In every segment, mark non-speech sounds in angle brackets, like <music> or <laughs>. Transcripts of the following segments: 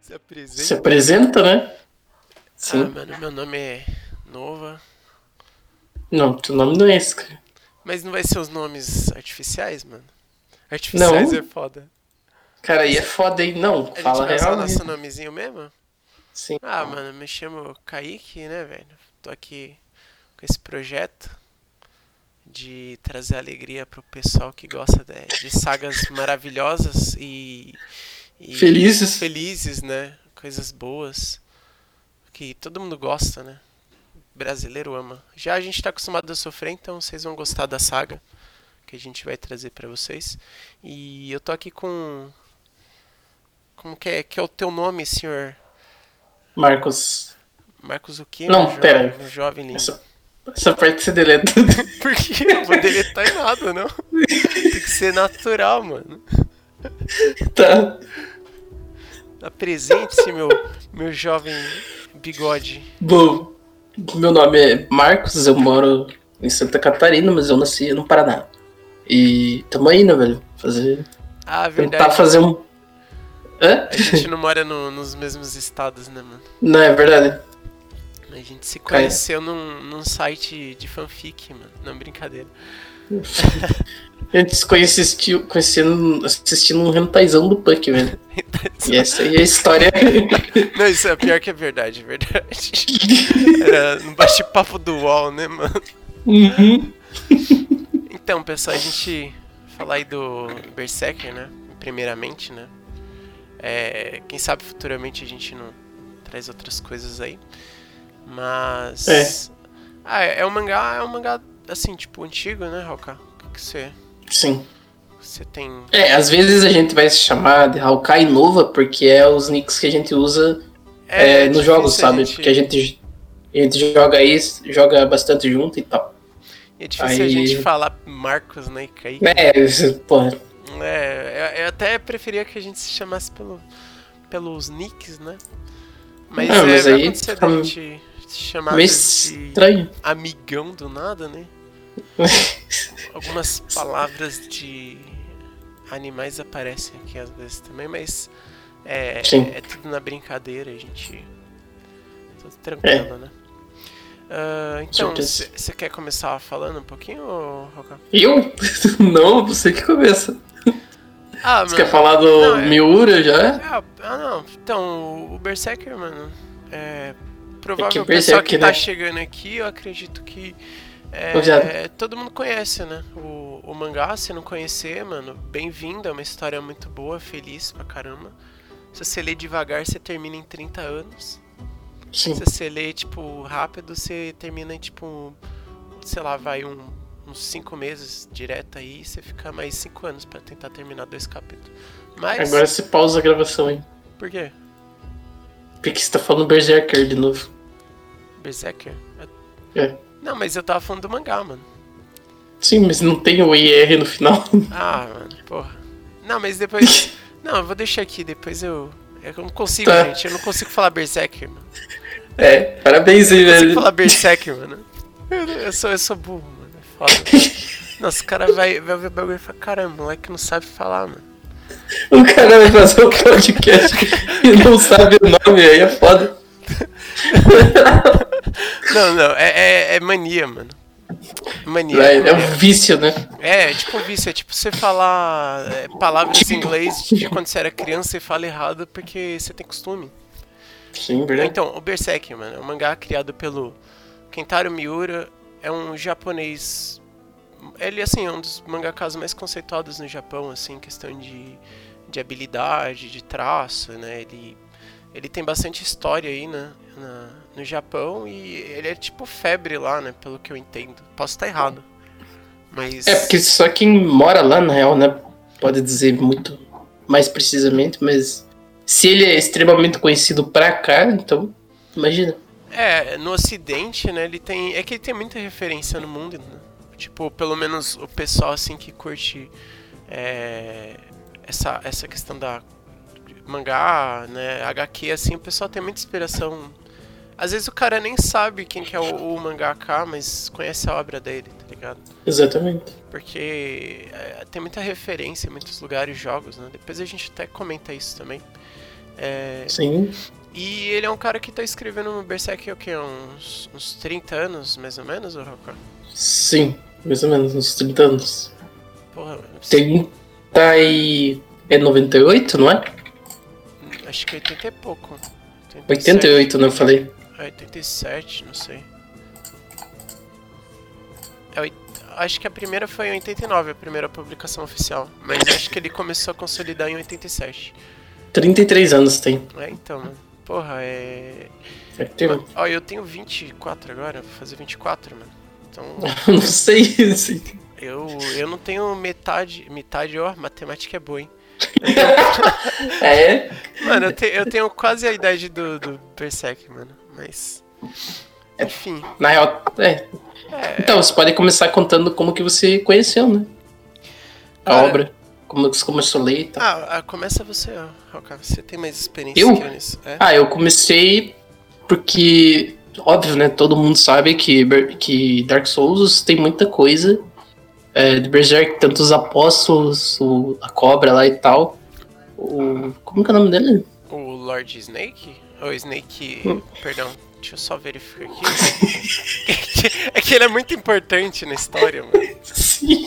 Se apresenta. Se apresenta, né? Sim. Ah, mano, meu nome é Nova. Não, teu nome não é esse, cara. Mas não vai ser os nomes artificiais, mano? Artificiais Não. é foda. Cara, aí é foda, hein? Não, A fala gente vai usar real. né? nosso mesmo. nomezinho mesmo? Sim. Ah, mano, me chamo Kaique, né, velho? Tô aqui com esse projeto de trazer alegria pro pessoal que gosta de, de sagas maravilhosas e, e Felizes. felizes, né? Coisas boas que todo mundo gosta, né? Brasileiro ama. Já a gente tá acostumado a sofrer, então vocês vão gostar da saga que a gente vai trazer pra vocês. E eu tô aqui com como que é, que é o teu nome, senhor? Marcos, Marcos o quê? Não, um jo- pera. Um jovem lindo. essa, essa parte você deleta <laughs> tudo. <laughs> Por quê? Eu vou deletar em nada, não. Tem que ser natural, mano. tá. Apresente-se, meu, meu jovem bigode. Bom, meu nome é Marcos, eu moro em Santa Catarina, mas eu nasci no Paraná. E tamo aí, né, velho? Fazer, Ah, tentar verdade. fazer um. Hã? A gente não mora no- nos mesmos estados, né, mano? <laughs> Não, é verdade. A gente se conheceu num, num site de fanfic, mano. Não, brincadeira. <laughs> Eu te conheci assisti- conhecendo, assistindo um rentaizão do punk, velho. E essa aí é a <laughs> história. Então, Não, isso é pior que é verdade, é verdade. <laughs> Era no bate-papo do UOL, né, mano? uhum. Então, pessoal, a gente falar aí do Berserker, né? Primeiramente, né? É, quem sabe futuramente a gente não traz outras coisas aí. Mas. Ah, é, é um mangá, é um mangá assim, tipo, antigo, né, Roca? O que que você. Sim. Você tem. É, às vezes a gente vai se chamar de Hawkeye Nova, porque é os nicks que a gente usa é, nos difícil jogos, a sabe? gente- Porque a gente, a gente joga isso, joga bastante junto e tal. É difícil a gente aí- falar Marcos, né, e Kaique. É, <laughs> isso, porra. É, eu, eu até preferia que a gente se chamasse pelo, pelos nicks, né? Mas, Não, é, mas vai aí acontecer fica da gente se chamar meio de estranho. <laughs> amigão do nada, né? Algumas palavras de animais aparecem aqui às vezes também, mas é, Sim. é tudo na brincadeira, a gente. Tudo tranquilo, né? Ah, então, É. certeza. você quer começar falando um pouquinho, ô, Roca? Eu? <laughs> Não, você que começa. Ah, Você quer falar do não, é- Miura já? Ah, ah, não. Então, o Berserker, mano. É. Provável É o que o pessoal Berserk, que tá né? chegando aqui, eu acredito que. é, Eu já- todo mundo conhece, né? O, o mangá, se não conhecer, mano, bem-vindo. É uma história muito boa, feliz pra caramba. Se você ler devagar, você termina em 30 anos. Sim. Se você ler, tipo, rápido, você termina em, tipo, sei lá, vai um- uns 5 meses direto aí. Você fica mais 5 anos pra tentar terminar dois capítulos. Mas. Agora você pausa a gravação, hein? Por quê? Porque você tá falando Berserker de novo. Berserker? Eu- É. Não, mas eu tava falando do mangá, mano. Uhum. Sim, mas não tem o IR no final. <laughs> Ah, mano, porra. Não, mas depois. não, eu vou deixar aqui, depois eu. Eu não consigo, Tá. gente. Eu não consigo falar Berserker, mano. É, parabéns aí, Eu não consigo velho. falar Berserker, mano. Eu, eu sou, eu sou burro, mano. É foda. Nossa, o cara vai, vai ver o bagulho e fala: caramba, moleque não sabe falar, mano. <laughs> O cara vai fazer um podcast e não sabe o nome, aí é foda. <laughs> <laughs> Não, não, é, é, é mania, mano. Mania. Vai, é um vício, né? É, é tipo vício, é tipo você falar é, palavras em inglês de quando você era criança e fala errado porque você tem costume. Sim, verdade. Então, o Berserk, mano, é um mangá criado pelo Kentaro Miura, é um japonês. Ele, assim, é um dos mangakas mais conceituados no Japão, assim, em questão de, de habilidade, de traço, né? Ele, ele tem bastante história aí na, na- no Japão e ele é tipo febre lá, né? Pelo que eu entendo. Posso estar errado. Mas. É, porque só quem mora lá, na real, né? Pode dizer muito mais precisamente, mas se ele é extremamente conhecido pra cá, então. Imagina. É, no ocidente, né, ele tem. É que ele tem muita referência no mundo, né? Tipo, pelo menos o pessoal assim que curte é, essa, essa questão da mangá, né, HQ, assim, o pessoal tem muita inspiração. Às vezes o cara nem sabe quem que é o, o mangaká, mas conhece a obra dele, tá ligado? Exatamente. Porque é, tem muita referência em muitos lugares, jogos, né? Depois a gente até comenta isso também. É, Sim. e ele é um cara que tá escrevendo no Berserk há o quê? Uns, uns 30 anos, mais ou menos, ô Rocco? Sim. Mais ou menos, uns 30 anos. Porra, mano, Tem. Tá aí. É 98, não é? acho que 80 e pouco. 88, né? Eu falei. É 87, não sei. É oit- acho que a primeira foi em 89, a primeira publicação oficial. Mas acho que ele começou a consolidar em 87. 33 anos tem. É, então, mano. Porra, é. Será que tem? <laughs> Mano, Ó, eu tenho 24 agora, vou fazer 24, mano. Então, Não sei. assim. eu, eu não tenho metade. Metade, ó, matemática é boa, hein? É? Mano, eu, te- eu tenho quase a idade do, do Berserk, mano. Mas. Enfim. Na real, é. Então, você pode começar contando como que você conheceu, né? A Cara- obra. Como você começou a ler e tal. Ah, ah, começa você, ó, Roca. Você tem mais experiência Tá. Eu? que eu nisso. É? Ah, eu comecei porque, óbvio, né? Todo mundo sabe que, Ber- que Dark Souls tem muita coisa. É, de Berserk, tanto os apóstolos, o- a cobra lá e tal. O, como que é o nome dele? <laughs> O Lord Snake? Ou Snake. Hum. Perdão, deixa eu só verificar aqui. <laughs> é que ele é muito importante na história, mano. <laughs> Sim.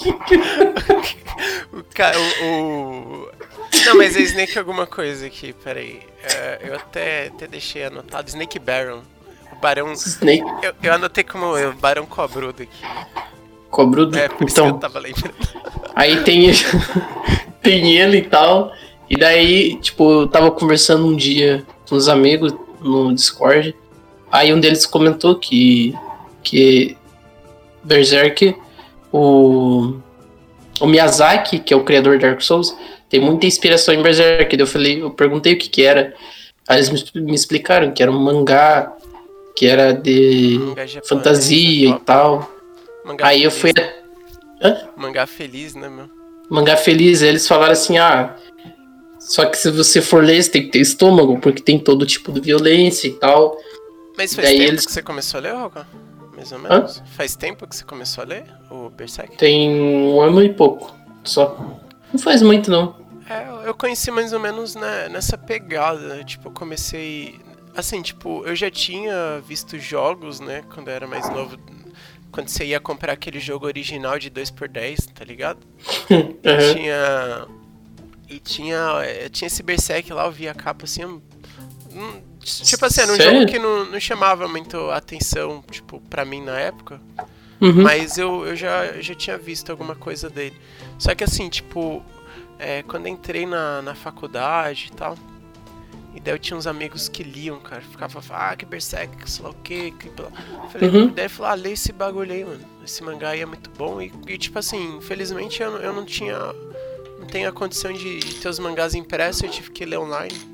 O cara. O, o- Não, mas é Snake alguma coisa aqui, peraí. É, eu até, até deixei anotado. Snake Baron. O Barão. Snake, Eu, eu anotei como é, o Barão Cobrudo aqui. cobrudo. É, por isso que então, eu tava lembrando. Aí tem, <laughs> tem ele e tal. E daí, tipo, eu tava conversando um dia com uns amigos no Discord. Aí um deles comentou que. que Berserk, o. O Miyazaki, que é o criador de Dark Souls, tem muita inspiração em Berserk. Daí eu falei, eu perguntei o que que era. Aí eles me, me explicaram que era um mangá, que era de Mangá japonês, fantasia né? e tal. Mangá Aí eu fui. feliz, Mangá feliz, né, meu? Mangá Feliz, eles falaram assim, ah, só que se você for ler, você tem que ter estômago, porque tem todo tipo de violência e tal. Mas faz Daí tempo eles- que você começou a ler, Roca? Mais ou menos? Faz tempo que você começou a ler o Berserk? Tem um ano e pouco, só. Não faz muito, não. <laughs> É, eu- eu conheci mais ou menos né, nessa pegada. Tipo, eu comecei. Assim, tipo, eu já tinha visto jogos, né, quando eu era mais novo. Quando você ia comprar aquele jogo original de 2x10, tá ligado? Aham. Tinha. E tinha. eh, Tinha esse Berserk lá, eu vi a capa assim. um- um- Tipo assim, era um Sério? jogo que não, não chamava muito atenção, tipo, pra mim na época. Uhum. Mas eu, eu já, eu já tinha visto alguma coisa dele. Só que assim, tipo, é, quando eu entrei na, na faculdade e tal, e daí eu tinha uns amigos que liam, cara. Ficava, ah, que berserk, que sei lá o quê, que. blá." Falei, Uhum. daí falou, ah, lê esse bagulho aí, mano. Esse mangá aí é muito bom. E, e, tipo assim, infelizmente eu, eu não tinha. Não tenho a condição de ter os mangás impressos, eu tive que ler online.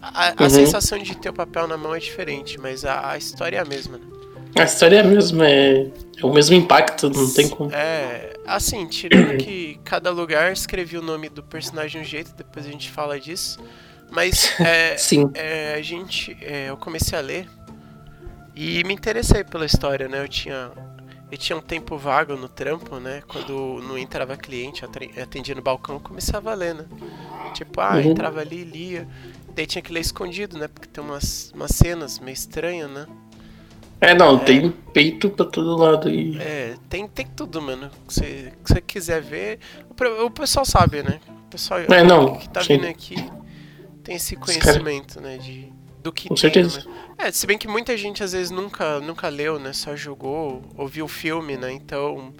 A, a Uhum. sensação de ter o papel na mão é diferente, mas a, a história é a mesma, né? A história é a mesma, é, é o mesmo impacto, não tem como. É, assim, tirando que cada lugar escrevia o nome do personagem de um jeito, depois a gente fala disso. Mas é, Sim. é, a gente, é, eu comecei a ler e me interessei pela história, né? Eu tinha, eu tinha um tempo vago no trampo, né? Quando não entrava cliente, eu atre- eu atendia no balcão, eu começava a ler, né? Tipo, ah, Uhum. entrava ali, lia. Daí tinha que ler escondido, né? Porque tem umas, umas cenas meio estranhas, né? É, não, tem peito pra todo lado e. É, tem, tem tudo, mano. Que você que você quiser ver. O, pro- o pessoal sabe, né? O pessoal É, não, que tá sim. vindo aqui tem esse Os cara- conhecimento, né? De, do que Com tem, certeza. né? É, se bem que muita gente às vezes nunca, nunca leu, né? Só jogou, ouviu o filme, né? Então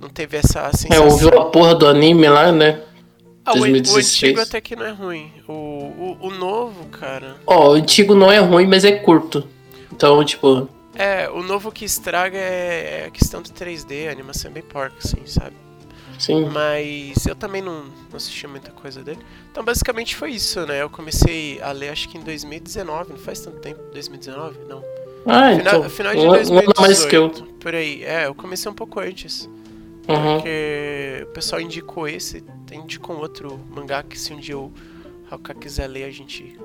não teve essa É, sensação. ouviu a porra do anime lá, né? Ah, o, o 2016. antigo até que não é ruim. O, o, o novo, cara. Ó, o antigo não é ruim, mas é curto. Então, tipo, É, o novo que estraga é, é a questão do 3D, a animação é bem porca, assim, sabe? sim. Mas eu também não, não assisti muita coisa dele. Então basicamente foi isso, né? Eu comecei a ler acho que em 2019, não faz tanto tempo. 2019? Não. Ah, Final, então. final de Um ano- um ano 2018. a mais que eu. Por aí. É, eu comecei um pouco antes. Uhum. É Porque o pessoal indicou esse, indicou um outro mangá que se um dia o Hawka quiser ler, a gente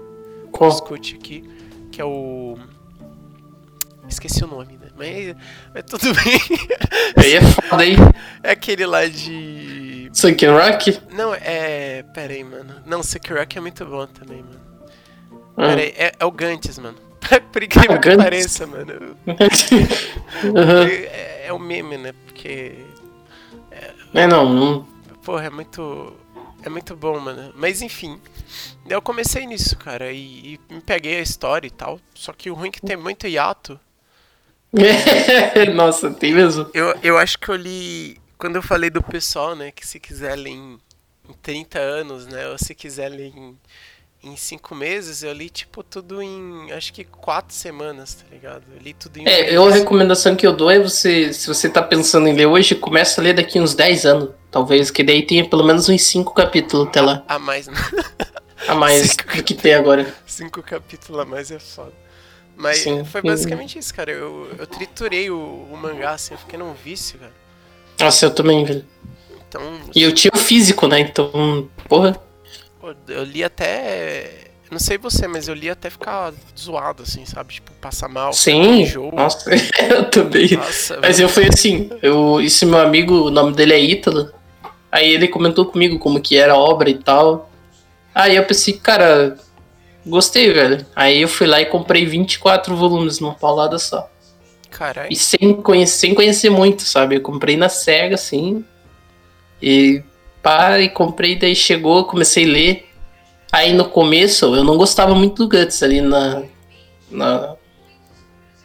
Qual? discute aqui. Que é o. Esqueci o nome, né? Mas, mas tudo <laughs> bem. Aí é foda, hein? é aquele lá de. Sunken Rock? Não, é. Pera aí, mano. Não, Sekirok é muito bom também, mano. Ah. Pera aí, é, é o Gantes, mano. <laughs> Por incrível É o Ah. que Gantz? pareça, mano. <laughs> Aham. É, é o meme, né? Porque, É, não, não. <laughs> porra, é muito. É muito bom, mano. Mas enfim. Daí Eu comecei nisso, cara, e, e me peguei a história e tal. Só que o ruim é que tem muito hiato. Nossa, tem mesmo. Eu, eu acho que eu li. Quando eu falei do pessoal, né? Que se quiser ler em, em 30 anos, né? Ou se quiser ler em, em 5 meses, eu li, tipo, tudo em. Acho que 4 semanas, tá ligado? Eu li tudo em. um É, eu a mês. recomendação que eu dou é você, se você tá pensando em ler hoje, começa a ler daqui uns 10 anos, talvez, que daí tenha pelo menos uns 5 capítulos até lá, A mais, né? <laughs> a mais Cinco do que tem agora. Cinco capítulos a mais é foda. Mas Sim. foi basicamente isso, cara. Eu, eu triturei o, o mangá, assim, eu fiquei num vício, cara. Nossa, eu também, velho. Então, E eu tinha o físico, né? Então, porra. pô, eu li até. Não sei você, mas eu li até ficar zoado, assim, sabe? Tipo, passar mal. Sim. enjoo. Nossa, <laughs> eu também. Nossa, Mas velho. eu fui assim, eu, esse meu amigo, o nome dele é Ítalo. Aí ele comentou comigo como que era a obra e tal. Aí eu pensei, cara, gostei, velho. Aí eu fui lá e comprei 24 volumes numa paulada só. Caralho. E sem conhecer, sem conhecer muito, sabe? Eu comprei na cega, assim. E pá, e comprei, daí chegou, comecei a ler. Aí no começo eu não gostava muito do Guts ali na. na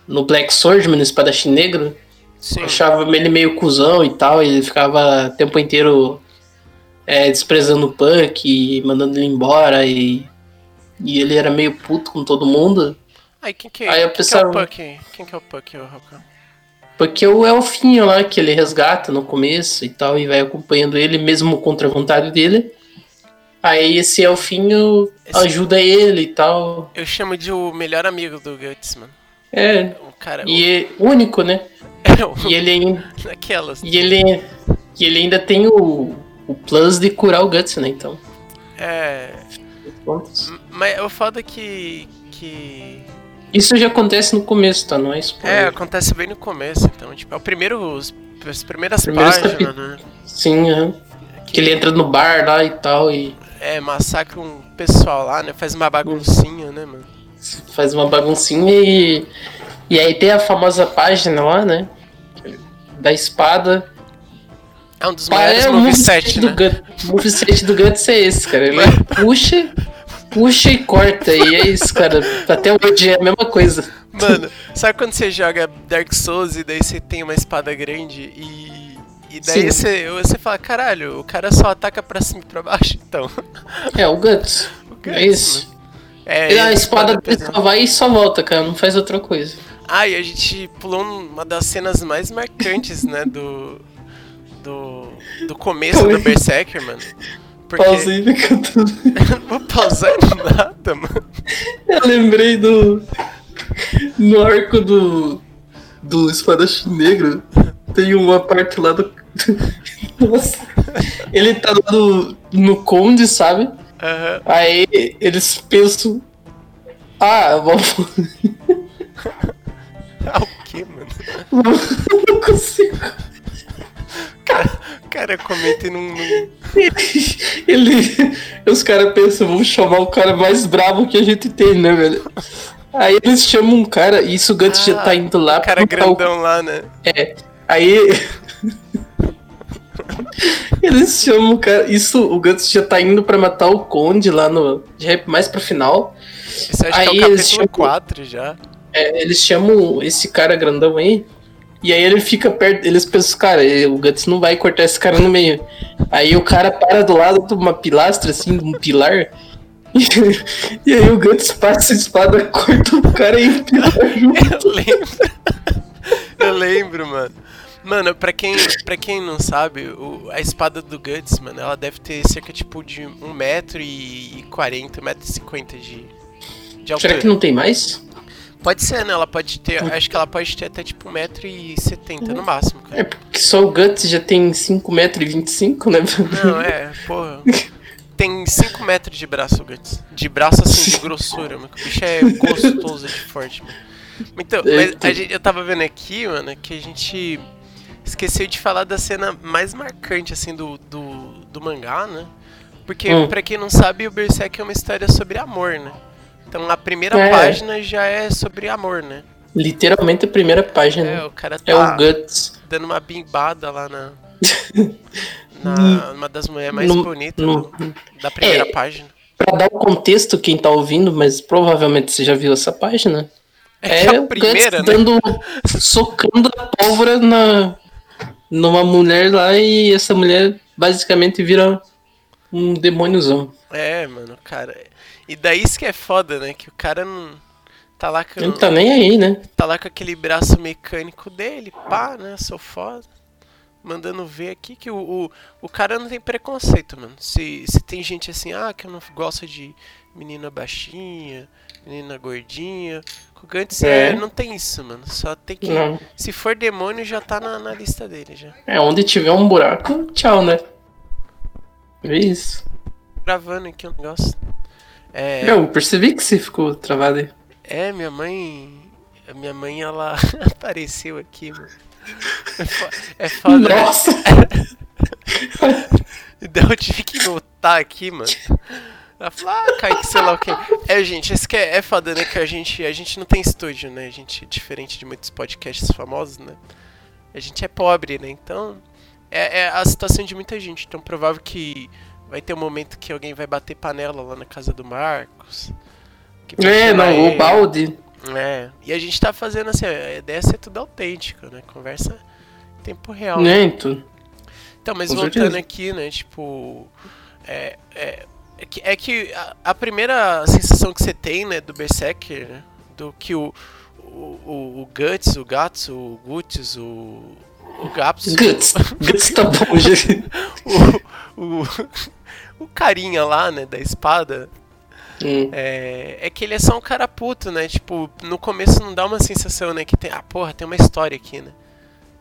no Black Swordsman, no Espadachim Negro. Sim. Eu achava ele meio cuzão e tal, e ele ficava o tempo inteiro é, desprezando o Punk e mandando ele embora e, e ele era meio puto com todo mundo. Aí quem que, Aí eu quem pensava- que é o Puck? Quem que é o Puck, ô, Rafa? Porque o elfinho lá que ele resgata no começo e tal, e vai acompanhando ele mesmo contra a vontade dele. Aí esse elfinho Esse- ajuda ele e tal. Eu chamo de o melhor amigo do Guts, mano. É, O cara. e é único, né? <laughs> o... E ele ainda, Naquelas. e ele, e ele ainda tem o, o plus de curar o Guts, né? Então, É. pontos. Mas o foda é que. que... Isso já acontece no começo, tá? Não é É, spoiler. acontece bem no começo, então, tipo, é o primeiro. Os, as primeiras Primeiros páginas, né? Sim, aham. Que ele entra no bar lá e tal e É, massacra um pessoal lá, né? Faz uma baguncinha, né, mano? faz uma baguncinha e. E aí tem a famosa página lá, né? Da espada. É um dos Ah, maiores é, o moveset, moveset do né? Guts. O moveset do Guts é esse, cara. Ele puxa, puxa e corta. E é isso, cara. Até hoje é a mesma coisa. Mano, sabe quando você joga Dark Souls e daí você tem uma espada grande e. E daí Sim. você, você fala, caralho, o cara só ataca pra cima e pra baixo, então. <laughs> É, o Guts. O Guts, É isso. É, E a espada dele pesada. só vai e só volta, cara. Não faz outra coisa. Ah, e a gente pulou um, uma das cenas mais marcantes, né, do. Do. Do começo é? do Berserker, mano. Porque. <laughs> Pausa e fica tudo. Não vou pausar nada, mano. Eu lembrei do. No arco do. Do espadachim negro. Tem uma parte lá do. Nossa. Ele tá lá no, no conde, sabe? Aham. Aí eles pensam. Ah, <laughs> vamos. Ah, o que, mano? Não consigo. O cara comenta e não. não- Ele. Os caras pensam, vamos chamar o cara mais bravo que a gente tem, né, velho? Aí eles chamam um cara, e isso o Guts já tá indo lá Ah, O cara pra matar o grandão lá, né? É, aí. <laughs> Eles chamam o cara. Isso, o Guts já tá indo pra matar o Conde lá no. Já é mais pro final. Isso acho Aí que é o eles capítulo chamam- 4 já. É, eles chamam esse cara grandão aí. E aí ele fica perto. Eles pensam, cara, o Guts não vai cortar esse cara no meio. Aí o cara para do lado de uma pilastra, assim, de um pilar. <laughs> E, aí o Guts passa a espada, corta o cara e <laughs> o pilar junto. Eu lembro. Eu lembro, mano. Mano, pra quem, pra quem não sabe, o- a espada do Guts, mano, ela deve ter cerca, tipo, de 1,40m, 1,50m de, de Será altura. que não tem mais? Pode ser, né? Ela pode ter, acho que ela pode ter até, tipo, 1,70m no máximo, cara. É porque só o Guts já tem 5,25m, né? <laughs> Não, é, porra. Tem 5 metros de braço, Guts. De braço assim, de grossura, mano. que O bicho é gostoso de forte, mano. Então, É, mas a gente- eu tava vendo aqui, mano, que a gente esqueceu de falar da cena mais marcante, assim, do, do, do mangá, né? Porque, Hum. pra quem não sabe, o Berserk é uma história sobre amor, né? Então a primeira É. página já é sobre amor, né? Literalmente a primeira página. É, o cara tá É o Guts. dando uma bimbada lá na. na uma das mulheres mais No- bonitas no- do- da primeira É. página. Pra dar o contexto, quem tá ouvindo, mas provavelmente você já viu essa página. É, É, que a o primeira, Guts né? dando. um, socando a pólvora na, numa mulher lá e essa mulher basicamente vira um demôniozão. É, mano, cara. E daí isso que é foda, né? Que o cara não. Tá lá com, Ele não tá nem aí, né? tá lá com aquele braço mecânico dele, pá, né? Sou foda. Mandando ver aqui que o, o, o cara não tem preconceito, mano. Se, se tem gente assim, ah, que eu não gosto de menina baixinha, menina gordinha. Com o Gantz é. É. não tem isso, mano. Só tem que. Não. Se for demônio, já tá na, na lista dele já. É, onde tiver um buraco, tchau, né? É isso. Gravando aqui o negócio. É, Meu, percebi que você ficou travado aí. É, minha mãe. a Minha mãe, ela <laughs> apareceu aqui, mano. É fo- É foda. <laughs> né? Nossa! Então eu tive que voltar aqui, mano. Ela falou, ah, Kaique, sei lá o quê. É, gente, isso que é, é foda, né? Que a gente, a gente não tem estúdio, né? A gente, diferente de muitos podcasts famosos, né? A gente é pobre, né? Então, é, é a situação de muita gente. Então, provável que vai ter um momento que alguém vai bater panela lá na casa do Marcos. que vai é, chamar não, ele. o balde. É, e a gente tá fazendo assim, ó, a ideia é ser tudo autêntico, né? Conversa em tempo real. Né, então. Então, mas Com voltando certeza. aqui, né? Tipo. É, é, é que, é que a, a primeira sensação que você tem, né, do Berserker, né, do que o, o, o, o Guts, o Gats, o Guts, o. O <laughs> Gaps, Guts. Guts tá bom, gente. <laughs> o, o, o carinha lá, né, da espada, Hum. É, é que ele é só um cara puto, né? Tipo, no começo não dá uma sensação, né? Que tem, ah, porra, tem uma história aqui, né?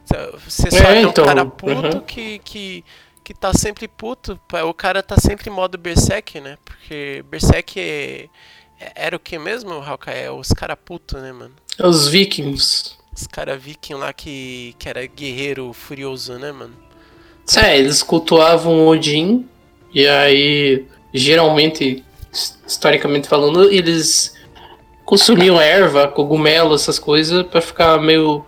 Só- Você só É, é, então, um cara puto uhum. que, que, que tá sempre puto. pá, O cara tá sempre em modo Berserk, né? Porque Berserk é- é- era o que mesmo, Hawkeye? É os cara puto, né, mano? É Os vikings. Os cara viking lá que, que era guerreiro furioso, né, mano? É, eles cultuavam Odin. E aí, geralmente, his- historicamente falando, eles consumiam erva, cogumelo, essas coisas, pra ficar meio,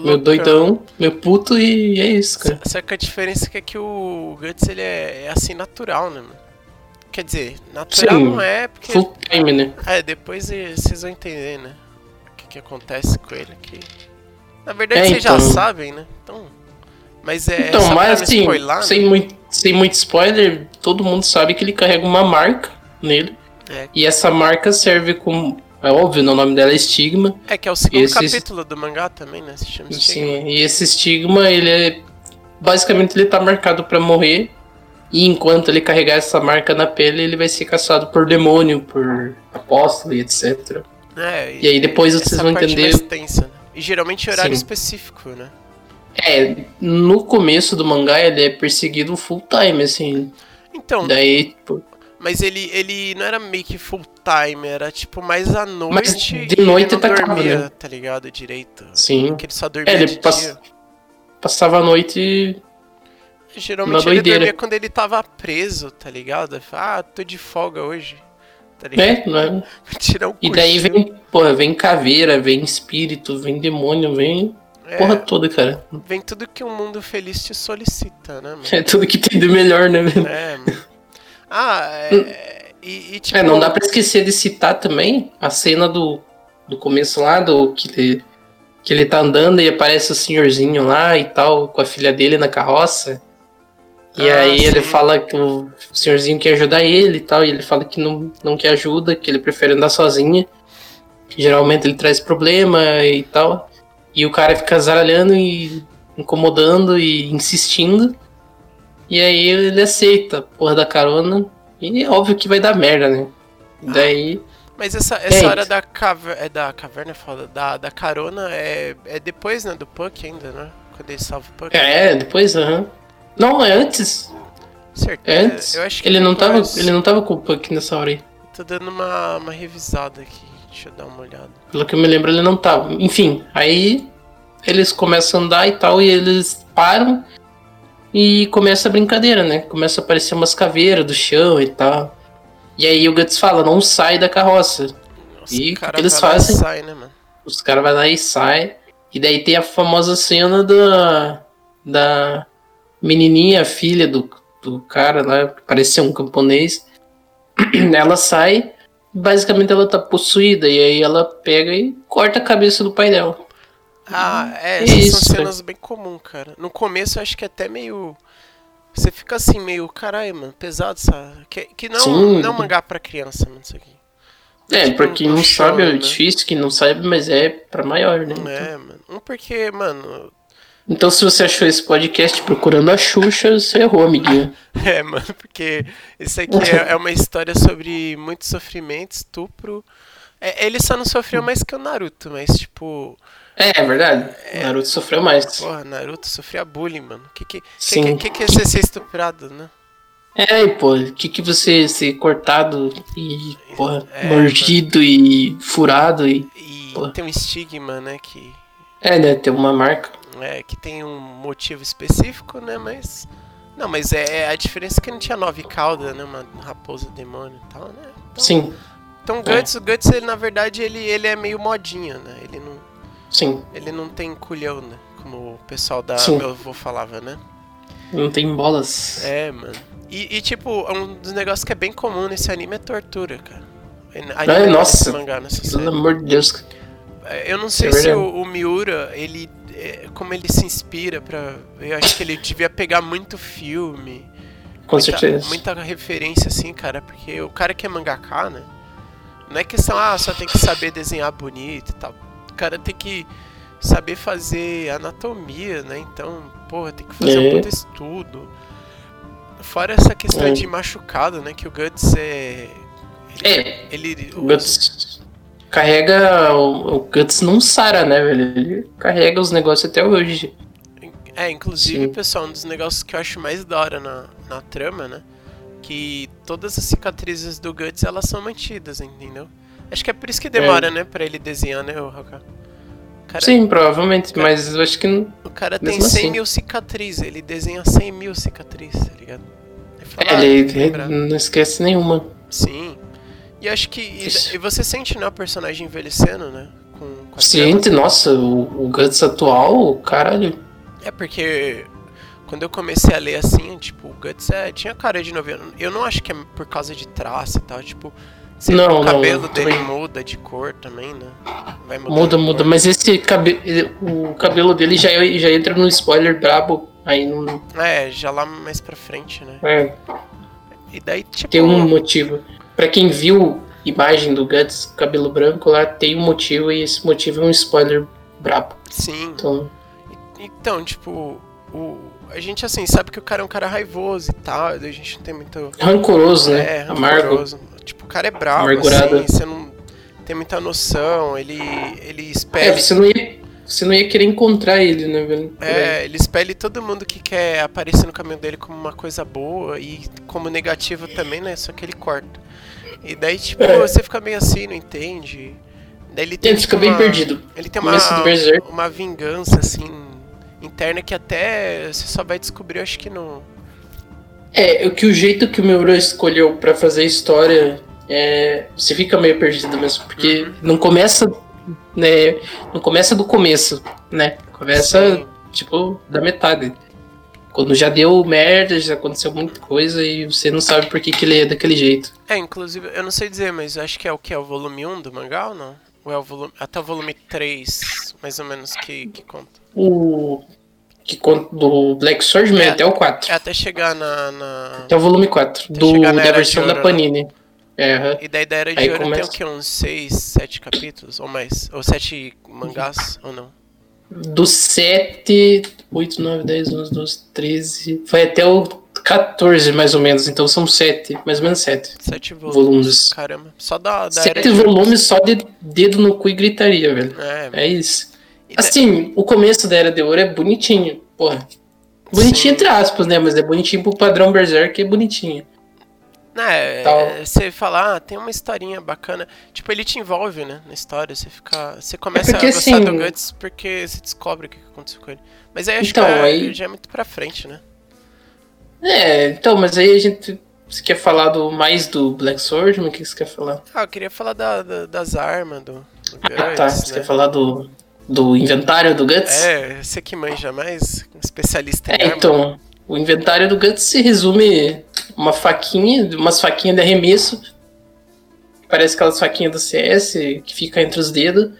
meio loucão. doidão, meio puto, e é isso, cara. Só que a diferença é que, é que o Guts ele é, é assim natural, né, mano? Quer dizer, natural Sim. não é, porque. Full time, né? É, depois eh, vocês vão entender, né? O que, que acontece com ele aqui. Na verdade É, vocês já então. sabem, né? Então. Mas é. então, só mas pra não assim, spoiler, né? sem, muito, sem muito spoiler, todo mundo sabe que ele carrega uma marca nele. É. E essa marca serve como. É óbvio, no nome dela é estigma. É que é o segundo esses- capítulo do mangá também, né? Se chama Stigma. Sim, e esse estigma, ele é. Basicamente, ele tá marcado pra morrer. E enquanto ele carregar essa marca na pele, ele vai ser caçado por demônio, por apóstolo e etc. É, E aí depois essa vocês vão parte entender. mais tensa, né? E geralmente em horário Sim. específico, né? É, no começo do mangá, ele é perseguido full time, assim. Então, Daí, tipo. mas ele, ele não era meio que full time, era tipo mais à noite. de e ele noite não atacava, dormia, né? tá ligado? Direito. Sim. Que ele só dormia É, de ele dia. pass- passava a noite. Geralmente Uma ele doideira. dormia quando ele tava preso, tá ligado? Ah, tô de folga hoje. Tá ligado? <laughs> né? não é? Tirar um E daí cochilo. vem, porra, vem caveira, vem espírito, vem demônio, vem. É, Porra toda, cara. <laughs> vem tudo que um mundo feliz te solicita, né, mano? É tudo que tem de melhor, né, velho? é, mano. Ah, é. E, e, tipo. É, não dá pra esquecer de citar também a cena do, do começo lá, do que ele, que ele tá andando e aparece o senhorzinho lá e tal, com a filha dele na carroça. E Ah, aí ele sim. fala que o senhorzinho quer ajudar ele e tal, e ele fala que não, não quer ajuda, que ele prefere andar sozinho. Que geralmente ele traz problema e tal. E o cara fica zaralhando e incomodando e insistindo. E aí ele aceita a porra da carona. E é óbvio que vai dar merda, né? Ah. Daí. Mas essa, essa Gente. hora da caverna. É da caverna, foda. Da, da carona é, é depois, né? Do Puck ainda, né? Quando ele salva o Puck. É, depois, aham. Não, é antes. É Certeza. antes. Eu acho que ele, não tava, depois- ele não tava com o Puck nessa hora aí. Tô dando uma, uma revisada aqui. Deixa eu dar uma olhada. Pelo que eu me lembro, ele não tava. Enfim, aí eles começam a andar e tal, e eles param e começa a brincadeira, né? Começa a aparecer umas caveiras do chão e tal. E aí o Guts fala, não sai da carroça. Nossa, E o cara que eles vai lá e fazem? Sai, né, mano? Os caras vai lá e sai. E daí tem a famosa cena da, da menininha, filha do, do cara lá, que parece ser um camponês. <clears throat> Ela sai, basicamente ela tá possuída, e aí ela pega e corta a cabeça do pai dela. Ah, é, Hum, Que essas isso, né? são cenas bem comum, cara. No começo eu acho que é até meio. Você fica assim, meio, caralho, mano, pesado, sabe? Que, que não, Sim. não é um mangá pra criança, mano, isso aqui. É, pra quem não um sabe, choro, é né? difícil, quem não sabe, mas é pra maior, né? É, mano. Um porque, mano. Então se você achou esse podcast procurando a Xuxa, você errou, amiguinho. <laughs> É, mano, porque isso aqui é, é uma história sobre muito sofrimento, estupro. É, ele só não sofreu Hum. mais que o Naruto, mas, tipo. É, é verdade. O Naruto sofreu mais. Porra, Naruto sofria bullying, mano. Que que, que, Sim. que, que, que é você ser estuprado, né? É, e, pô, o que que você ser cortado e, porra, É, mordido e furado e... E Porra. tem um estigma, né, que. É, né, tem uma marca. É, que tem um motivo específico, né? Mas. Não, mas é, é a diferença é que não tinha nove caudas, né? Uma raposa demônio e tal, né? Então, Sim, É. então o Guts, o Guts, ele, na verdade, ele, ele é meio modinha, né? Ele não, sim. ele não tem culhão, né? Como o pessoal da Sim. meu avô falava, né? Não tem bolas. É, mano. E, e, tipo, um dos negócios que é bem comum nesse anime é tortura, cara. Anime Ai, não, nossa. Mangá, nessa série. Pelo amor de Deus. cara. É, Eu não sei É se verdade. o, o Miura, ele. é, como ele se inspira pra. Eu acho que ele devia pegar muito filme. Com muita, certeza. Muita referência, assim, cara, porque o cara que é mangaká, né? Não é questão, ah, só tem que saber desenhar bonito e tal. O cara tem que saber fazer anatomia, né? Então, porra, tem que fazer É. um puta estudo. Fora essa questão É. de machucado, né? Que o Guts é. É, Ele. o Guts carrega... O, o Guts não sara, né, velho? Ele carrega os negócios até hoje. É, inclusive, Sim. pessoal, um dos negócios que eu acho mais da hora na, na trama, né? Que todas as cicatrizes do Guts, elas são mantidas, entendeu? Acho que é por isso que demora, né? Pra ele desenhar, né, o Hakan? Cara, Sim, provavelmente, mas eu acho que... não- o cara tem mesmo 100 assim. mil cicatrizes, ele desenha 100 mil cicatrizes, tá ligado? Ele fala, É, "Ah, ele tem que lembrar." ele não esquece nenhuma. Sim. E acho que... E, Isso. e você sente, né, o personagem envelhecendo, né? Com, com a trama. Ciente, nossa, o, o Guts atual, caralho. É porque quando eu comecei a ler assim, tipo, o Guts é, tinha cara de 9 anos. Eu não acho que é por causa de traço e tal, tipo. sei lá, Não, o não, cabelo dele também. muda de cor também, né? Vai mudando Muda, de muda, cor. mas esse cabelo. O cabelo dele já, já entra no spoiler brabo. Aí não. É, já lá mais pra frente, né? é, E daí, tipo. tem um motivo. Pra quem viu imagem do Guts, cabelo branco lá, tem um motivo e esse motivo é um spoiler brabo. Sim. Então, Então, tipo, o. A gente assim, sabe que o cara é um cara raivoso e tal, a gente não tem muito. rancoroso, né? É, Amargo. rancoroso. Tipo, o cara é bravo, Amargurado. assim, você não tem muita noção, ele. ele É, espera. você não ia. Você não ia querer encontrar ele, né, velho? É, ele espelha todo mundo que quer aparecer no caminho dele como uma coisa boa e como negativo também, né? Só que ele corta. E daí, tipo, É. você fica meio assim, não entende? Daí ele tem. Ele tipo, fica bem uma- perdido. Ele tem uma, Começo do Berserk. uma vingança, assim, interna que até você só vai descobrir, eu acho que no. É, o que o jeito que o Miura escolheu pra fazer a história é, você fica meio perdido mesmo, porque Uhum. não começa, né, não começa do começo, né? Começa Sim. tipo da metade. Quando já deu merda, já aconteceu muita coisa e você não sabe por que, que ele é daquele jeito. É, inclusive, eu não sei dizer, mas eu acho que é o que? É o volume 1 do mangá ou não? Ou é o volume. Até o volume 3, mais ou menos, que, que conta. O que conta do Black Swordman É. até o 4, É até chegar na- na... até o volume 4 Até do chegar na da Era de versão da Ouro, né? Panini. É, aham. E daí da Era de Aí Ouro tem começa- o que? Uns 6, 7 capítulos? Ou mais? Ou 7 mangás? Ou não? do 7, 8, 9, 10, 11, 12, 13. Foi até o 14, mais ou menos. Então são 7, mais ou menos 7 7 volumes. volumes. Caramba. Só da, da Era 7 de Ouro. volumes só de dedo no cu e gritaria, velho. É, É isso. e da- Assim, o começo da Era de Ouro é bonitinho, porra. Sim. Bonitinho entre aspas, né? Mas é bonitinho pro padrão Berserk, é bonitinho. né, Tal. é, você fala, ah, tem uma historinha bacana. Tipo, ele te envolve, né? Na história. Você fica. Você começa porque, a gostar assim, do Guts porque você descobre o que que aconteceu com ele. Mas aí acho Então, que é- aí- já é muito pra frente, né? É, então, mas aí a gente Você quer falar do mais do Black Swordman? O que você quer falar? Ah, eu queria falar da, da- das armas, do, do Ah, tá. Guts, Você né? quer falar do, do inventário do Guts? É, você que manja mais, um especialista em É, arma. então, o inventário do Guts se resume uma faquinha, umas faquinhas de arremesso, que parece aquelas faquinhas do CS que fica entre os dedos,